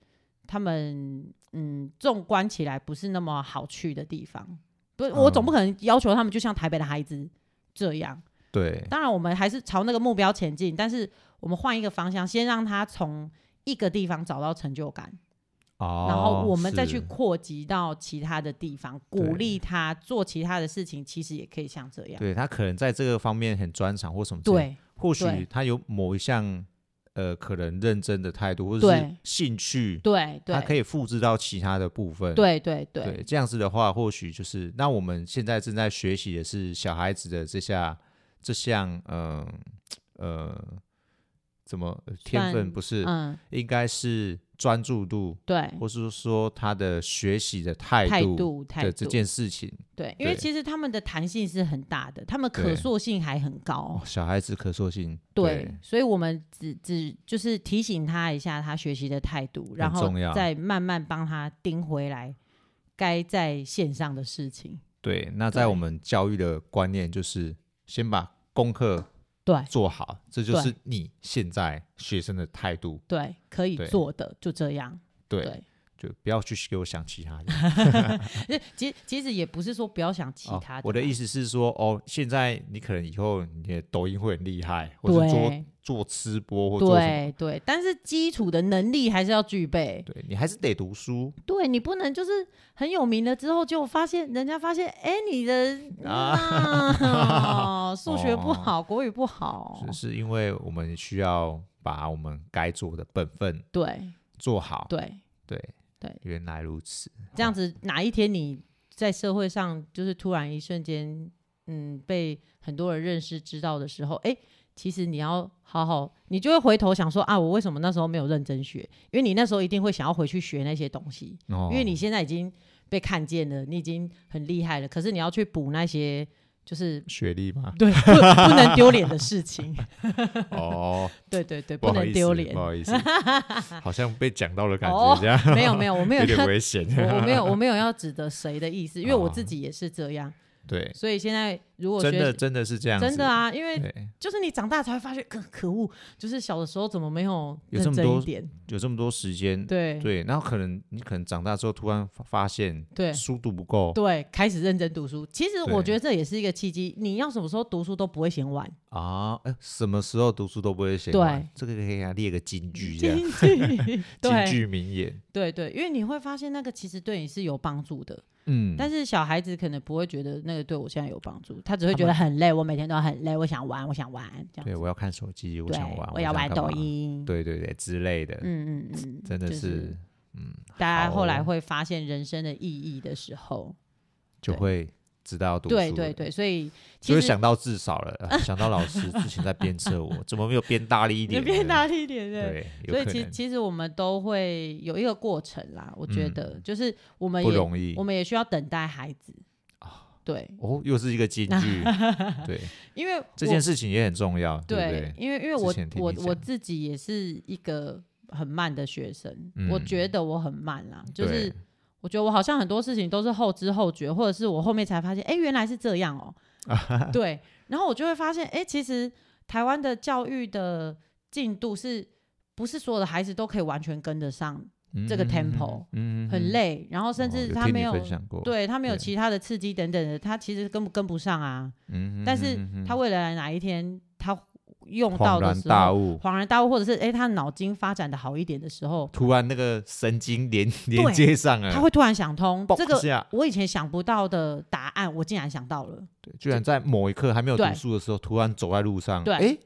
他们嗯纵观起来不是那么好去的地方。不，是，我总
嗯
不可能要求他们就像台北的孩子这样。
对，
当然，我们还是朝那个目标前进，但是我们换一个方向，先让他从一个地方找到成就感，
哦，
然后我们再去
是
扩及到其他的地方，
对
鼓励他做其他的事情，其实也可以像这样。
对他可能在这个方面很专长或什么之类的，
对
或许
对
他有某一项呃可能认真的态度或者是
对
兴趣，
对
他可
对
以复制到其他的部分。
对对对
对，这样子的话，或许就是那我们现在正在学习的是小孩子的这下这项嗯呃怎么呃天分
算
不是，
嗯
应该是专注度，
对，
或是说他的学习的态
态
度
度态
的
度
这件事情。
对，因为
对
其实他们的弹性是很大的，他们
对
可塑性还很高
哦，。小孩子可塑性
对，所以我们只只就是提醒他一下他学习的态度，然后
重要
再慢慢帮他盯回来该在线上的事情。
对，那在
对
我们教育的观念就是先把功课
对
做好，这就是
对
你现在学生的态度。
对，可以
对
做的就这样。
对，
对，
就不要去给我想其他的。
其实其实也不是说不要想 其
哦
他的啦、
我的意思是说，哦，现在你可能以后你的抖音会很厉害，或是做
对
做吃播或做什么，
对对，但是基础的能力还是要具备。
对你还是得读书。
对你不能就是很有名了之后，就发现人家发现，哎，你的 啊、数学不好，国语不好
只，哦是因为我们需要把我们该做的本分
对
做好。
对，
对
对
原来如此。
这样子哪一天你在社会上就是突然一瞬间，嗯，被很多人认识知道的时候，哎，其实你要好好，你就会回头想说啊，我为什么那时候没有认真学？因为你那时候一定会想要回去学那些东西，
哦
因为你现在已经被看见了，你已经很厉害了，可是你要去补那些。就是，
哦学历嘛
对，不不能丢脸的事情。
哦，
对对对，
不好
能
意
丢
思，
脸
不。好意思， 好像被讲到的感
哦
觉，这样
没有没有，我没有
有点
要，
危险。
我我没有我没有要指责谁的意思，因为我
哦
自己也是这样。
对，
所以现在如果
真的
学
真的是这样子，
真的啊，因为
对，
就是你长大才会发现，可可恶，就是小的时候怎么没有
有这
认
么
真
多
一点？
有这么多时间，
对
对，然后可能你可能长大之后突然发发现
对
书读不够
对，开始认真读书。其实我
对
觉得这也是一个契机，你要什么时候读书都不会嫌晚。
啊，哎，什么时候读书都不会写
对
完，这个可以给他列个金 句，这样 金
对
句名言，
对对，因为你会发现那个其实对你是有帮助的。
嗯，
但
是
是小孩子可能不会觉得那个对我现在有帮助，他只会觉得很累，我每天都很累，我想玩，我想玩这样
对
子。
我要看手机，我
对
想玩，
我要
想
玩
干嘛
抖，音。
对对对之类的，
嗯嗯嗯，
真的
就是是大家
好
后来
哦
会发现人生的意义的时候，
就
对
会知道读书，
对对。对，所以
就
其
会
实
想到至少了， 呃想到老师之前在鞭策 我，怎么没有鞭大力一
你
点？
变大，一点对。
对，有
所以
可
其
能
其实我们都会有一个过程啦，我觉
嗯
得、就是我们
不
也
容易
我。们也需要等待孩子。对，
哦，又是一个金 句，对，
因为
这
我
件事情也很重要，对不
对
对，？
因为因为
之
我
前听
我
你
我
讲
自己也是一个很慢的学生，我觉得我很慢啦，就
嗯
是
对
我觉得我好像很多事情都是后知后觉，或者是我后面才发现，哎，原来是这样 哦、对，然后我就会发现，哎，其实台湾的教育的进度是不是所有的孩子都可以完全跟得上，这个
嗯
tempo
嗯
很，累，然后
哦
甚至
有
他
听
没
你
有
分享过，
对他没有
对
其他的刺激等等的，他其实根本跟不上啊。
嗯哼哼哼哼，
但是他未来哪一天他用到
恍
的
然
时
大
候，
悟，
恍然大悟，或者是诶他脑筋发展的好一点的时候，
突然那个神经连连
对
接上了，
他会突然想通
嘣
这个
一。下
我以前想不到的答案，我竟然想 到了。
对居然在某一刻还没有读
对
书的时候，突然走在路上，
对
哎，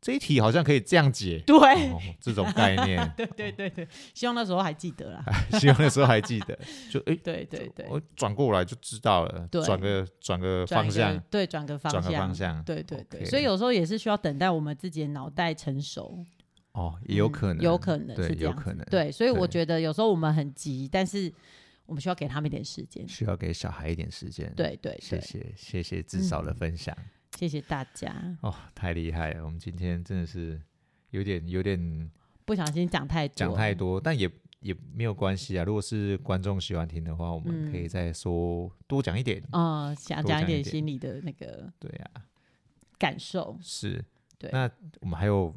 这一题好像可以这样解，
对，，
哦，这种概念
对对对对，希望那时候还记得啦。
希望那时候还记 得，就哎，
对对对，
我转过来就知道了，
对
转个转个
转
方
个
向，
对，转个方
转
向，
个方向，
对对对
OK
所以有时候也是需要等待我们自己的脑袋成熟，
哦，也有
嗯
可能，
有可能
对
是，这
有
样
可能，，
对，所以我
对
觉得有时候我们很急，但是我们需要给他们一点时间。
需要给小孩一点时间，，
对对嗯
谢
对，
谢谢谢至少的分享。
谢谢大家，
哦，太厉害了！我们今天真的是有点有点
不小心讲太多，
讲太多，但也也没有关系啊。如果是观众喜欢听的话，我们可以
嗯
再说、多讲一点。
嗯，想
多讲
讲一
一
点
点
心里的那个
对呀、啊，
感受。
是。
对
那我们还有，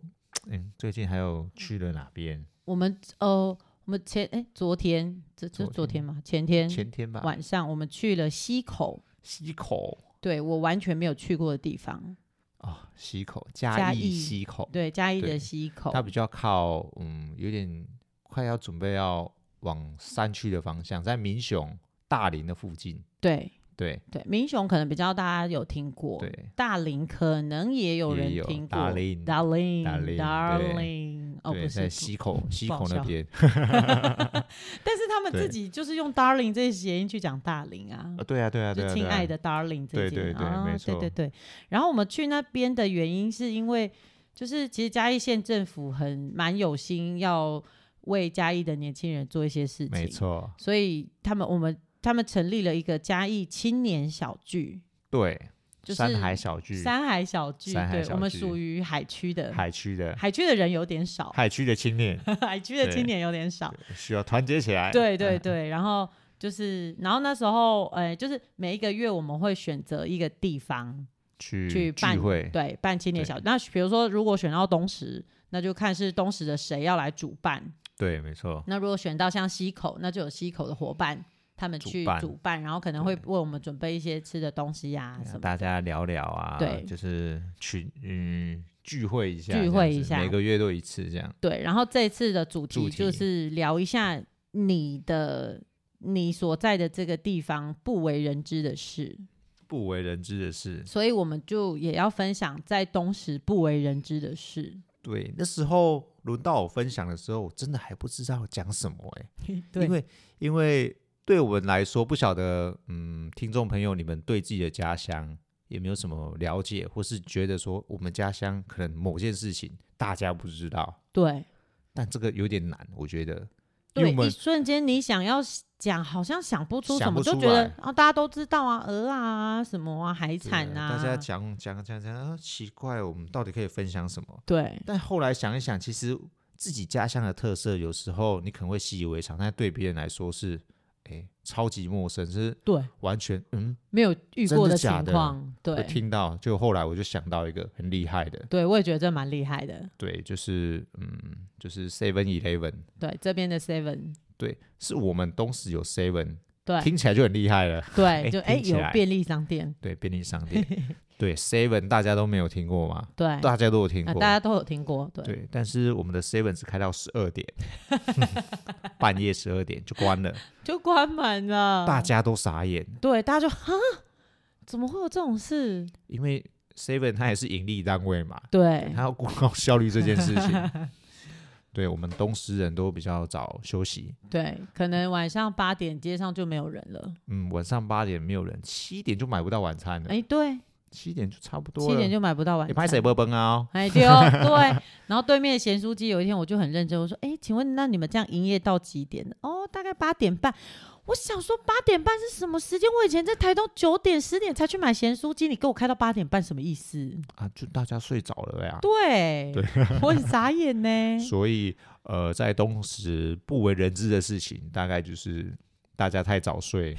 嗯，最近还有去了哪边？
我们呃，我们前哎、昨天这这
昨
是昨天
天
吗？前天
前天吧，
晚上我们去了溪口，
溪口
对我完全没有去过的地方，
啊、溪口嘉
嘉
义
义
溪口，
对嘉义的
对
溪口
它，比较靠，嗯，有点快要准备要往山区的方向，在民雄、大林的附近。
对
对
对，民雄可能比较大家有听过，
对，
大林可能也有
也
人
有
听过
大林
大林
大林
大
对
林哦，
对
不
在
是，
溪口溪
不好
口那
笑嗯
边。
但是他们自
对
己就是用 darling 这些谐音去讲大林啊
啊，，对啊，对啊，对
就
啊，
亲
对啊
爱，的 darling 这
对
件
对对
啊，
没
对
错
对对。然后我们去那边的原因是因为，就是其实嘉义县政府很蛮有心要为嘉义的年轻人做一些事情，
没，错，
所以他们我们他们成立了一个嘉义青年小聚，
对，
就是
山海小聚，
山海小聚，
山海
对，
小
我们
聚
属于海区的，
海区的
海区的人有点少，
海区的青 年
海区的
对
青年有点少，
需要团结起来。
对对
嗯，
对，然后就是，然后那时候，呃，就是每一个月我们会选择一个地方，
去
去
聚
办
会，
对，办青年
对
小。那比如说，如果选到东石，那就看是东石的谁要来主办。
对，没错，
那如果选到像溪口，那就有溪口的伙伴他们
主
去
办
主办，然后可能会为我们准备一些吃的东西呀、什么。
啊大家聊聊啊，
对
就是群嗯聚会一下，
聚
这样
会
子
一下
每个月都一次这样。
对，然后这一次的主
主
题就
题
是聊一下你的你所在的这个地方不为人知的事。
嗯不为人知的事，
所以我们就也要分享在东石不为人知的事。
对，那时候轮到我分享的时候，我真的还不知道讲什么哎、因为因为对我们来说，不晓得嗯，听众朋友你们对自己的家乡有没有什么了解，或是觉得说我们家乡可能某件事情大家不知道，
对
但这个有点难，我觉得，因为我
对
们
一瞬间你想要讲，好像想不出什
想
么，
不
就
出
觉得
来
啊，大家都知道啊，鹅啊，什么啊，海产
对
啊，
大家讲讲讲讲啊，奇怪，我们到底可以分享什么？
对
但后来想一想，其实自己家乡的特色，有时候你可能会习以为常，但对别人来说是。哎，超级陌生，是
对，
完全嗯，
没有遇
真
过
的
情
假的
况，
会
对
听到。就后来我就想到一个很厉害的，
对，我也觉得这蛮厉害的。
对，就是嗯，就是 Seven Eleven，
对，这边的 Seven，
对，是我们东石有 Seven，
对
听起来就很厉害了。
对，就
听
哎
起
有
来
便利商店，
对，便利商 店，对 Seven 大家都没有听过嘛，
对，
大家都有听
啊
过，
大家都有听过，对
对，但是我们的 Seven 是开到十二 点， 半夜十二点就关了，
就关门了，
大家都傻眼，
对大家就哈，怎么会有这种事？
因为 Seven 它也是盈利单位嘛，
对
它要顾到 效率这件事情。对我们东石人都比较早休息，
对，可能晚上八点街上就没有人了。
嗯，晚上八点没有人，七点就买不到晚餐了。
哎，对，
七点就差不多了，
七点就买不到晚
也
餐。
拍谁不崩啊、哦？
哎，对哦，对。然后对面的咸酥鸡，有一天我就很认真，我说：“哎，请问那你们这样营业到几点？哦，大概八点半。我想说八点半是什么时间？我以前在台东九点十点才去买咸酥鸡，你给我开到八点半，什么意思？
啊，就大家睡着了呀。
对，我很傻眼 呢。
所以呃，在当时不为人知的事情，大概就是大家太早 睡。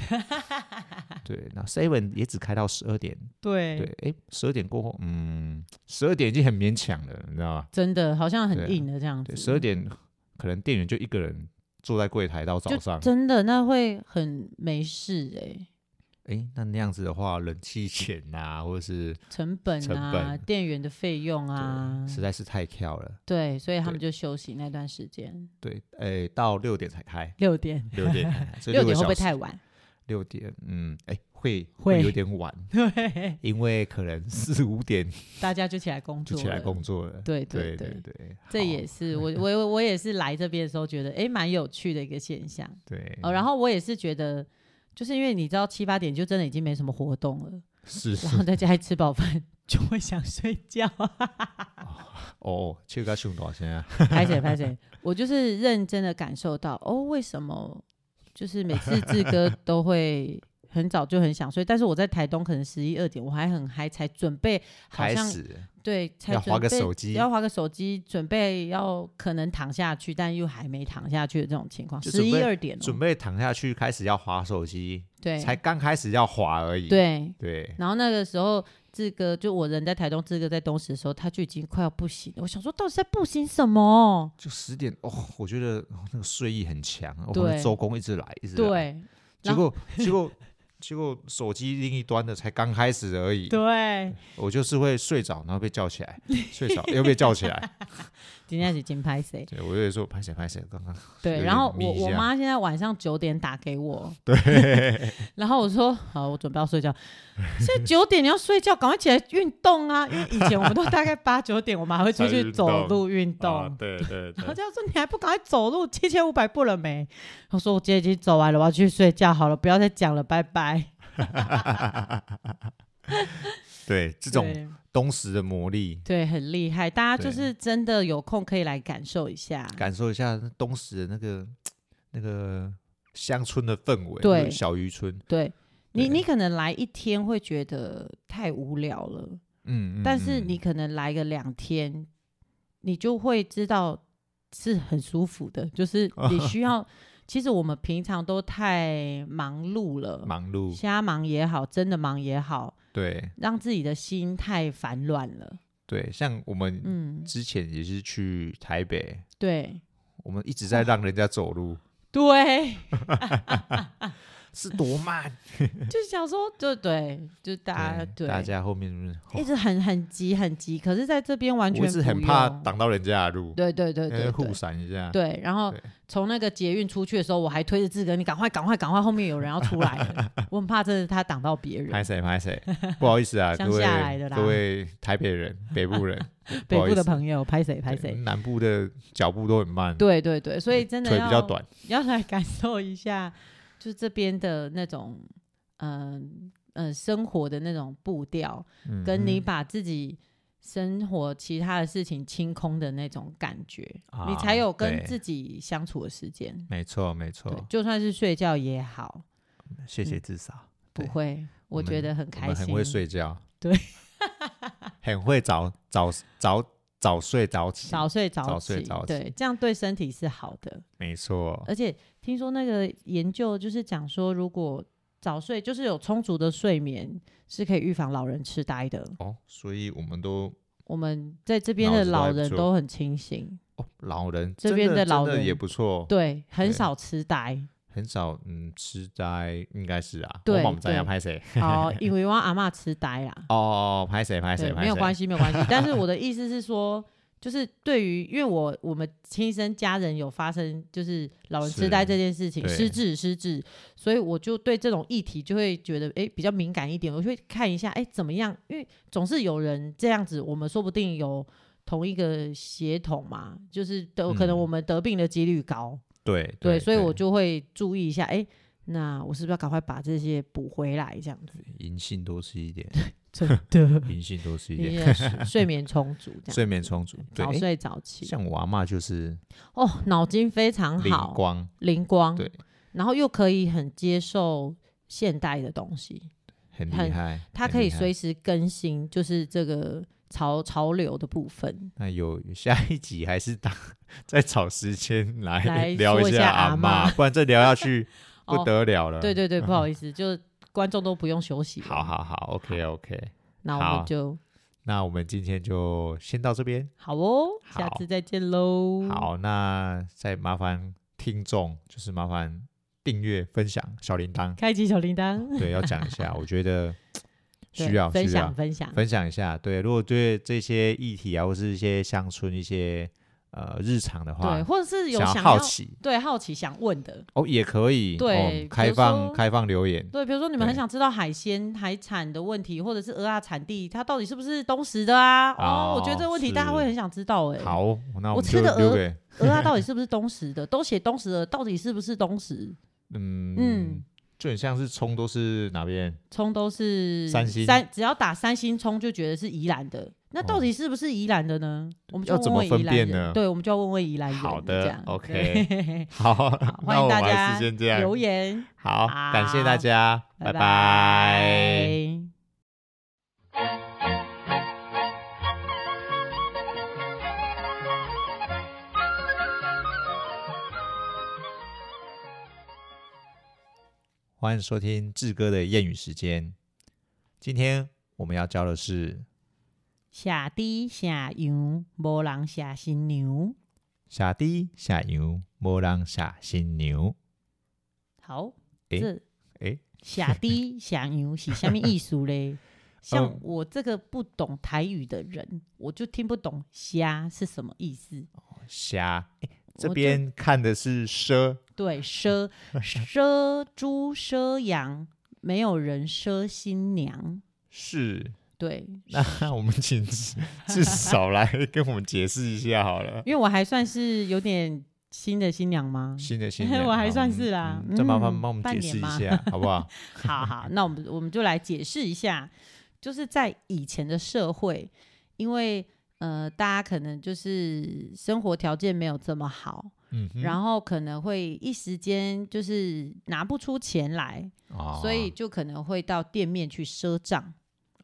对，那 Seven 也只开到十二点。
对，
对，哎，十二点过后，嗯，十二点已经很勉强了，你知道吗？
真的好像
对
很硬的这样
对，
子。
十二点可能店员就一个人坐在柜台到早
就
上。
真的那会很没事哎、
哎，那那样子的话，人气钱啊，或者是
成本
成
啊，
本
店员的费用啊
对，实在是太跳了。
对，所以他们就休息那段时间，
对，哎，到六点才 开，
六点，
六点才开，所以
六点会不会
小时
太？晚？
六点，嗯，哎，会
会嗯
有点晚，
对，
因为可能四五点
大家就起来工
就
作，
起来工。作了。
对
对
对，
对，
这
好
也是我我我也是来这边的时候觉得，哎，蛮有趣的一个现象。
对。
哦，然后我也是觉得，就是因为你知道七八点就真的已经没什么活动了，
是
然后在家里吃饱饭就会想睡觉。啊
哦，这个熊多少钱啊？
拍谁拍谁，我就是认真的感受到，哦，为什么就是每次志哥都会很早就很想睡，但是我在台东可能十一二点，我还很嗨，才准备好
开
像嗯
始
对，才
要
准
划个
备
手机
要划个手机，准备要可能躺下去，但又还没躺下去的这种情况，
就
十
准
一
备
二点、
准
哦，
备躺下去，开始要划手机，
对，
才刚开始要划而已。
对。
对
然后那个时候，志哥就我人在台东，志哥在东石的时候，他就已经快要不行了。我想说，到底在不行什么？
就十点哦，我觉得、哦那个睡意很强，我
对
们周公一直来，一直来，
对
结果结果 结果手机另一端的才刚开始而已，
对，
我就是会睡着，然后被叫起来，睡着又被叫起来，
今天是金拍谁？
对我就说拍谁拍谁，刚刚有
对，
点
然后
迷
我
一
我
下
妈现在晚上九点打给 我，然后我说好，我准备要睡觉。现在九点你要睡觉，赶快起来运动啊！因为以前我们都大概八九点，我妈会出
才
去
运
走
动
路运动。
啊对对
然后就说你还不赶快走路，七千五百步了没？我说我今天已经走完了，我要去睡觉好了，不要再讲了，拜拜。
对，这种
对
东石的魔力，
对很厉害，大家就
对
是真的有空可以来感受一下。
感受一下东石的那个那个乡村的氛围，
对
就是小渔村，
对你，
对
你可能来一天会觉得太无聊了。
嗯，嗯
但是
嗯
你可能来个两天，你就会知道是很舒服的， 就是你需要。其实我们平常都太忙碌了，
忙碌，
瞎忙也好，真的忙也好，
对
让自己的心太烦乱了。
对，像我们
嗯，
之前也是去台北，
对
我们一直在让人家走路，
对，
是多慢，
就想说，就对，就大家对
大家后面就是
一直很很急很急，可是在这边完全
我是很
不
怕
用
挡到人家的路，
对对对对
呃
对，
互闪一下，
对，然后
对
从那个捷运出去的时候，我还推着志哥，你赶快赶快赶快，后面有人要出 来了，我很怕真的他挡到别
拍
人。
谁拍谁，不好意思啊，
乡
各位
下来的啦，
各位台北人、北部人不
北
好
部
意
的
思
朋友，拍谁拍
对
谁。
南部的脚步都很慢，
对对对，所以真
嗯
的
腿
要
比较短，
要来感受一下，就是这边的那种，嗯、呃、生活的那种步调，
嗯
跟你
嗯
把自己生活其他的事情清空的那种感觉，你
啊
才有跟
对
自己相处的时间。
没错没
对
错，，
就算是睡觉也好，
谢谢
嗯
至少
不
对
会，我
我
觉
们
得嗯很
我
开
们
心。
很会睡觉，
对，
很会早早早早睡早 起，
早睡早起，
早睡早起哦
对，这样对身体是好的。
没错，
而且听说那个研究就是讲说，如果早睡就是有充足的睡眠，是可以预防老人痴呆的。
哦，所以我们都
我们在这边的老
脑子都还不
人
错
都很清醒，
哦，老人
这
真
边
的
的
真
老
也
人
不错，
对，很
对
少痴呆。
很少嗯痴呆，应该是啊，
对
我们在家
对
拍谁？
哦，因为我阿嬷痴呆啦，
哦，拍谁拍谁
对，
拍谁，
没有关
系，
系，没有关系。但是我的意思 是说。就是对于，因为我我们亲生家人有发生就是老人痴
是
呆这件事情，
对
失智失智，所以我就对这种议题就会觉得诶比较敏感一点，我就会看一下诶怎么样，因为总是有人这样子，我们说不定有同一个血统嘛，就是得可能
嗯
我们得病的几率高，
对
对，所以我就会注意一下，诶，那我是不是要赶快把这些补回来这样子？
银杏多吃一点，
真的，
银杏多吃一
一
点，
些睡睡眠充足，这样
睡眠充足，对
早，
诶
睡早起。
像我阿嬷就是
哦，脑筋非常
灵
好，
光，
灵光。
对
然后又可以很接受现代的东西，
很
很
厉害，
它
很
可以
厉害
随时更新，就是这个潮潮流的部分。
那有下一集还是当 再找时间来
来
聊
说一下
阿
阿
嬷
嬷
不然再聊下去不
哦
得了了。嗯
对对对，不好意思，就是观众都不用休息。
好，好好，OK OK，
那我
好
们就
那我们今天就先到这边。
好哦，下
好
次再见喽。，，
好，那再麻烦听众，就是麻烦订阅、分享、小铃铛
开启小铃铛，
对，要讲一下，我觉 得需
对
要
分
需要
享分享。
分享一下。对，如果对这些议题啊，或是一些乡村一些呃日常的话
对，，或者是有
想
想
好奇
对好奇想问的，
哦，也可以，
对
哦、
比
开
如
放
说
开放留言，
对，比如说你们很
对
想知道海鲜海产的问题，或者是鹅啊产地它到底是不是东石的啊？哦，我觉得这个问题
哦
大家会
是
很想知道哎、
好，那我
我
们
吃
就
的
留
鹅
给
鹅啊到底是不是东石的？都写东石鹅，到底是不是东石？
嗯
嗯
就很像是葱都是哪边？
葱都是
三星哦
三只要打三星葱就觉得是宜兰的，那到底是不是宜兰的呢？我们就
要怎
问
么
问
分
宜兰
辨
人
呢
对，我们就要问问宜兰人。
好的
这样
OK
对
好，
好
那
欢
我们
迎大
还
家
是先这样。
留言，
好，感谢大
好
家，拜拜
拜
欢迎收听志哥的谚语时间。今天我们要教的是
下猪下羊，无人下新娘。
“下低下牛，莫让下新牛
好，
诶
这”。
诶，
下猪 下羊是下面意思 嘞？
呃
像我这个不懂台语的人，我就听不懂“虾”是什么意思。
虾诶这
我就
边看的是奢，
对，奢奢猪奢羊，没有人奢新娘。
是。
对，
那我们请至至少来跟我们解释一下好了。
因为我还算是有点新的新娘吗？
新的新娘，
我还
好
算
嗯
是啦
嗯再麻烦
嗯
帮我们
半
解
年
释一
嘛
下，好不 好？
好好，那我们我们就来解释一下，就是在以前的社会，因为呃，大家可能就是生活条件没有这么好，
嗯哼，
然后可能会一时间就是拿不出钱来，
哦
所以就可能会到店面去赊账，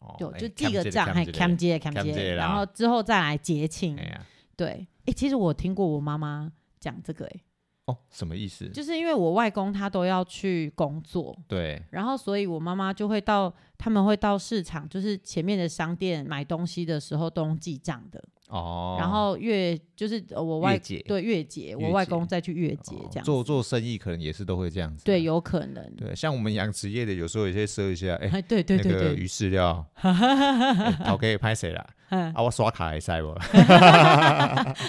哦
就
哎
就
看
记
不
个
见
账，
看
还
不见
cam 接
cam
cam
接
接，
啦
然后之后再来结清
哎。呀，
对，哎，其实我听过我妈妈讲这个，哎，
哦，什么意思？
就是因为我外公他都要去工作，
对，
然后，所以我妈妈就会到，他们会到市场，就是前面的商店买东西的时候都用记账的。
哦，
然后月就是呃我
月
外
姐
对月结，
月
我外
结
公再去月结
哦
这样子。
做做生意可能也是都会这样子啊，
对，有可能。
对，像我们养殖业的，有时候有些赊一下，哎，
哎， 对对对
那个
对，
鱼饲料，哎头 可以拍谁啦？
嗯
啊，我刷卡还塞不？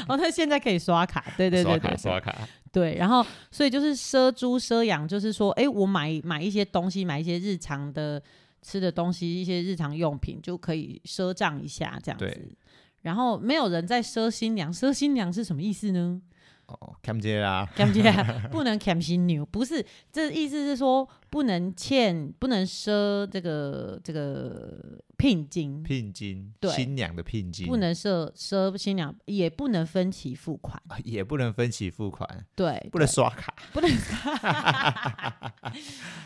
哦，他现在可以刷卡，对 对
刷
对
卡
对
刷
对
卡，
对。然后，所以就是赊猪赊羊，就是说，哎，我买买一些东西，买一些日常的吃的东西，一些日常用品，就可以赊账一下这样
对
子。然后没有人在赊新娘，赊新娘是什么意思呢？
哦，看不见啦，
感觉 啊不能欠新牛，不是这意思是说不能欠，不能赊这个这个聘金，
聘金，
对
新娘的聘金，
不能赊赊新娘，也不能分期付款，
啊也不能分期付款，
对，
不能刷卡，
不能
哎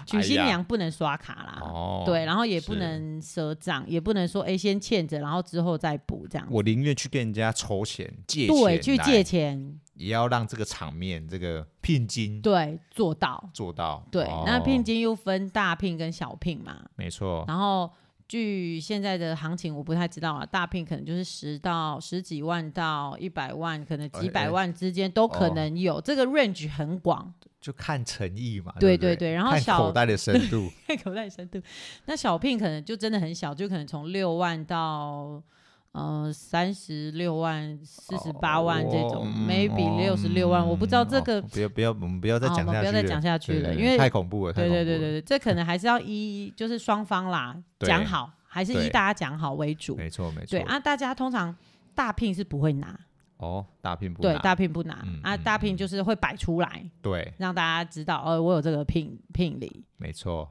娶
呀
新娘不能刷卡啦，
哦，
对，，然后也不
是
能赊账，也不能说哎、先欠着，然后之后再补这样子，
我宁愿去跟人家筹钱借钱，
对，去借，钱，
也要让这个场面这个聘金
对，做到，
做到。
对，那聘
哦
金又分大聘跟小聘嘛，
没错，
然后据现在的行情，我不太知道啊，大聘可能就是十到十几万到一百万，可能几
哎哎
百万之间都可
哦
能有，这个 range 很广，
就看诚意嘛。
对
不对
对对然后
看
小
口袋的深度，
看口袋深度。那小聘可能就真的很小，就可能从六万到。呃，三十六万、四十八万这
哦
种、
嗯
m a y b e 六十六万，我不知道这个
哦不要不要，我们不要再
好
讲
我
下
们
去了，
不要再讲下去
对
了
对对
因为
太恐怖了，
对对
对，
对对对，这 可能还是要依就是双方啦
对
讲好，还是
对
依大家讲好为主。
没错没错。
对啊，大家通常大聘是不会拿，
哦，大聘不
对
拿
大聘不拿、
嗯
啊，
嗯
大聘
嗯
就是会摆出来，
对，
让大家知道，哦，我有这个聘聘礼。
没错，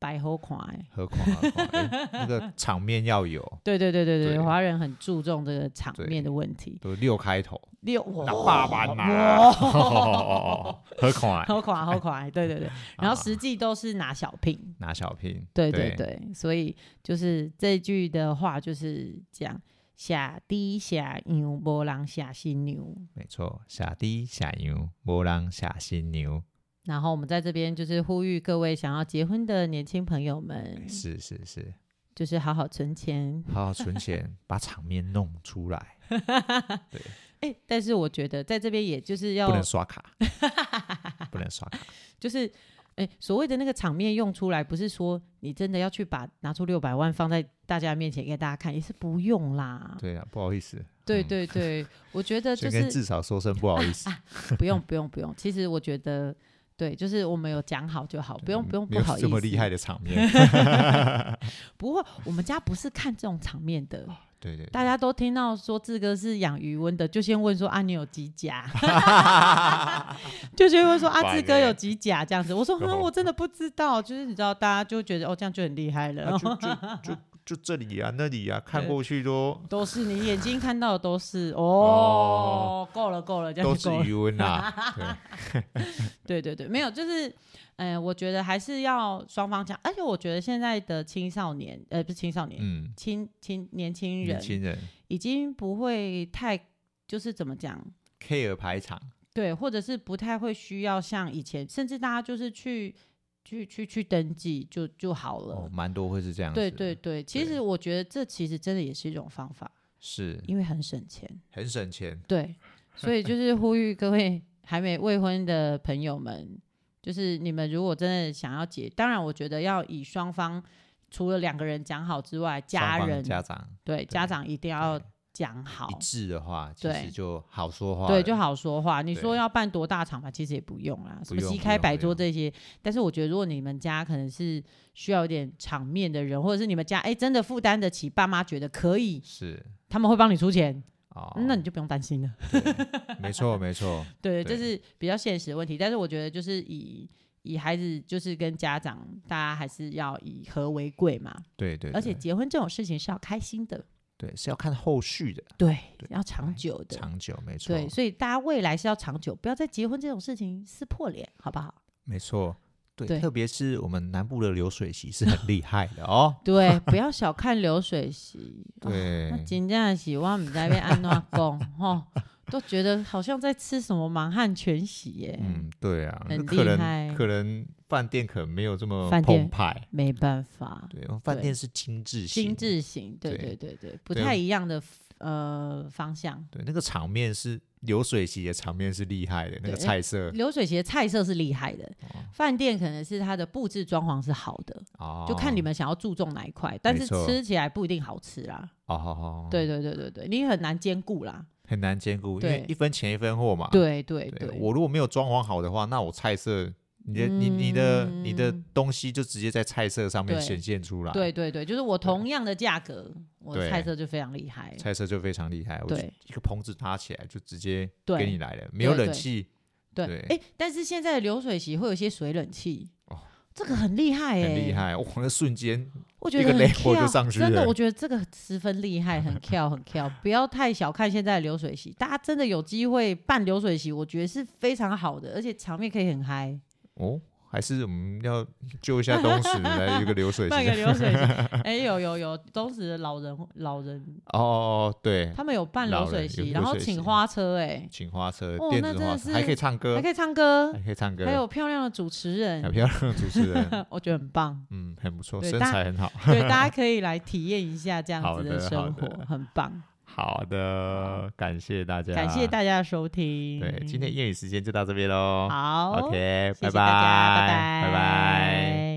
白好看诶。
何况何况、哎那个场面要有，
对对对对对，
对
华人很注重这个场面的问题。
都六开头，
六，
那
哇
爸爸拿， 啊
哇
何况
好垮好垮，对对对。然后实际都是拿小品，
拿小品，
对
啊对
对对，所以就是这句的话就是讲下低下牛，波浪下新牛。
没错，下低下牛，无人下新牛，
然后我们在这边就是呼吁各位想要结婚的年轻朋友们，
是是是，
就是好好存钱。
好好存 钱，把场面弄出来，
哎，但是我觉得在这边也就是
不能
要，
刷 卡，不能刷卡，
就是哎，所谓的那个场面用出来，不是说你真的要去把拿出六百万放在大家面前给大家看，也是不用啦。
对啊，不好意思，
对
嗯
对对，我觉得就
先跟
是啊
至少说声不好意 思，
不用不用不用。其实我觉得，对，就是我们有讲好就好，不用不用
没
不
有
好意思。
这么厉害的场面，
不会，我们家不是看这种场面的。
对对，
大家都听到说志哥是养鱼温的，就先问说啊你有几甲？ 就先问说啊
烦
志哥有
欸
几甲这样子。我说 嗯
哦
我真的不知道，就是你知道大家就觉得哦这样就很厉害了
啊、，就就就就这里啊，那里啊，看过去都
都是你眼睛看到的 都是哦，够了够了，这样
都
就是够了。
余温 啊，对，
对对对，没有，就是，呃，我觉得还是要双方讲，而且我觉得现在的青少年，呃，不是青少年，
嗯，
青青年轻
年
人
轻人
已经不会太，就是怎么讲，
care 排场，
对，或者是不太会需要像以前，甚至大家就是去去去去登记就就好了。
哦，蛮多会是这样子
对
的，
对对，其
对嗯
实我觉得这其实真的也是一种方法，
是
因为很省钱。
很省钱，
对，所以就是呼吁各位还没未婚的朋友们，就是你们如果真的想要结，当然我觉得要以双方除了两个人讲好之外，
双
家
方
人
家长
对家长一定要
对
讲好
一，致的话，其
对
实就好说话了，
对，就好说话。你
对
说要办多大场嘛，其实也不用啦，什
不
么
用
席
不
开
用
百
不
桌
用
这些。但是我觉得，如果你们家可能是需要一点场面的人，或者是你们家哎真的负担得起，爸妈觉得可以，
是
他们会帮你出钱，
哦，
嗯那你就不用担心了。
对没错没错，
对，这
对
是比较现实的问题。但是我觉得，就是以以孩子就是跟家长，大家还是要以和为贵嘛。
对对，
而且
对
结婚这种事情是要开心的，
对是要看后续的
对，
对
要长久的。
长久，没错
对，所以大家未来是要长久，不要在结婚这种事情撕破脸，好不好？
没错。对，
对。
特别是我们南部的流水席是很厉害的哦
对， 不要小看流水席。哦
对
那，真正是我们在被安娜讲吼，哦都觉得好像在吃什么满汉全席耶。
嗯，对啊，那
很
可
厉
能
害
可能饭店可能没有这么
饭店
澎湃，
没办法，
对，饭
对
店是精致型，
精，致型，对
对
对对对，不
对
太一样的呃方向。
对，那个场面是流水席的场面是厉害的，那个
对嗯
菜色
流水席的菜色是厉害的，饭店可能是它的布置装潢是好的，
哦，
就看你们想要注重哪一块，但
没
是
错
吃起来不一定好吃啦。
哦，好好，
对对对对对，你很难兼顾啦。
很难兼顾，因为
对
一分钱一分货嘛。
对对
啊对，
对，
我如果没有装潢好的话，那我菜色，你的你你的你的
嗯
东西就直接在菜色上面
对
显现出来，
对对对，就是我同样的价格，我
对
菜色就非常厉害。
菜色就非常厉害。我就
对
一个棚子搭起来就直接
对
给你来了，没有
对
冷
对
气，
对，
对
哎、但是现在的流水席会有一些水冷气，
哦
这个很厉害哎、
很厉，害。我那瞬间
我觉得
一个
很
level 就
cute
上去
真的，
了
我觉得这个十分厉 害，很跳很跳，不要太小看现在的流水席，大家真的有机会办流水席，我觉得是非常好的，而且场面可以很嗨，
哦，还是我们要救一下东石来一个流水
办个
席。
流水席，哎、有有有，当时的老人老人
哦，对，
他们有办
老人
流水
有流
席，然后
水席
请花车、
请花车
哦，
电
那
子
真的
花车还可以
是
唱
哎，
歌
还，可以唱歌
还，可以唱歌，
还有漂亮的主持人
很，漂亮的主持人，
我觉得很棒。
嗯，很不错，
对
身
大
材很好。
对，大家可以来体验一下这样
好
子
的好
生活
的，
很棒。
好的，感谢大家，
感谢大家的收听。
对，今天谚语时间就到这边喽。
好
OK，
谢谢
拜
大家，拜
拜拜拜。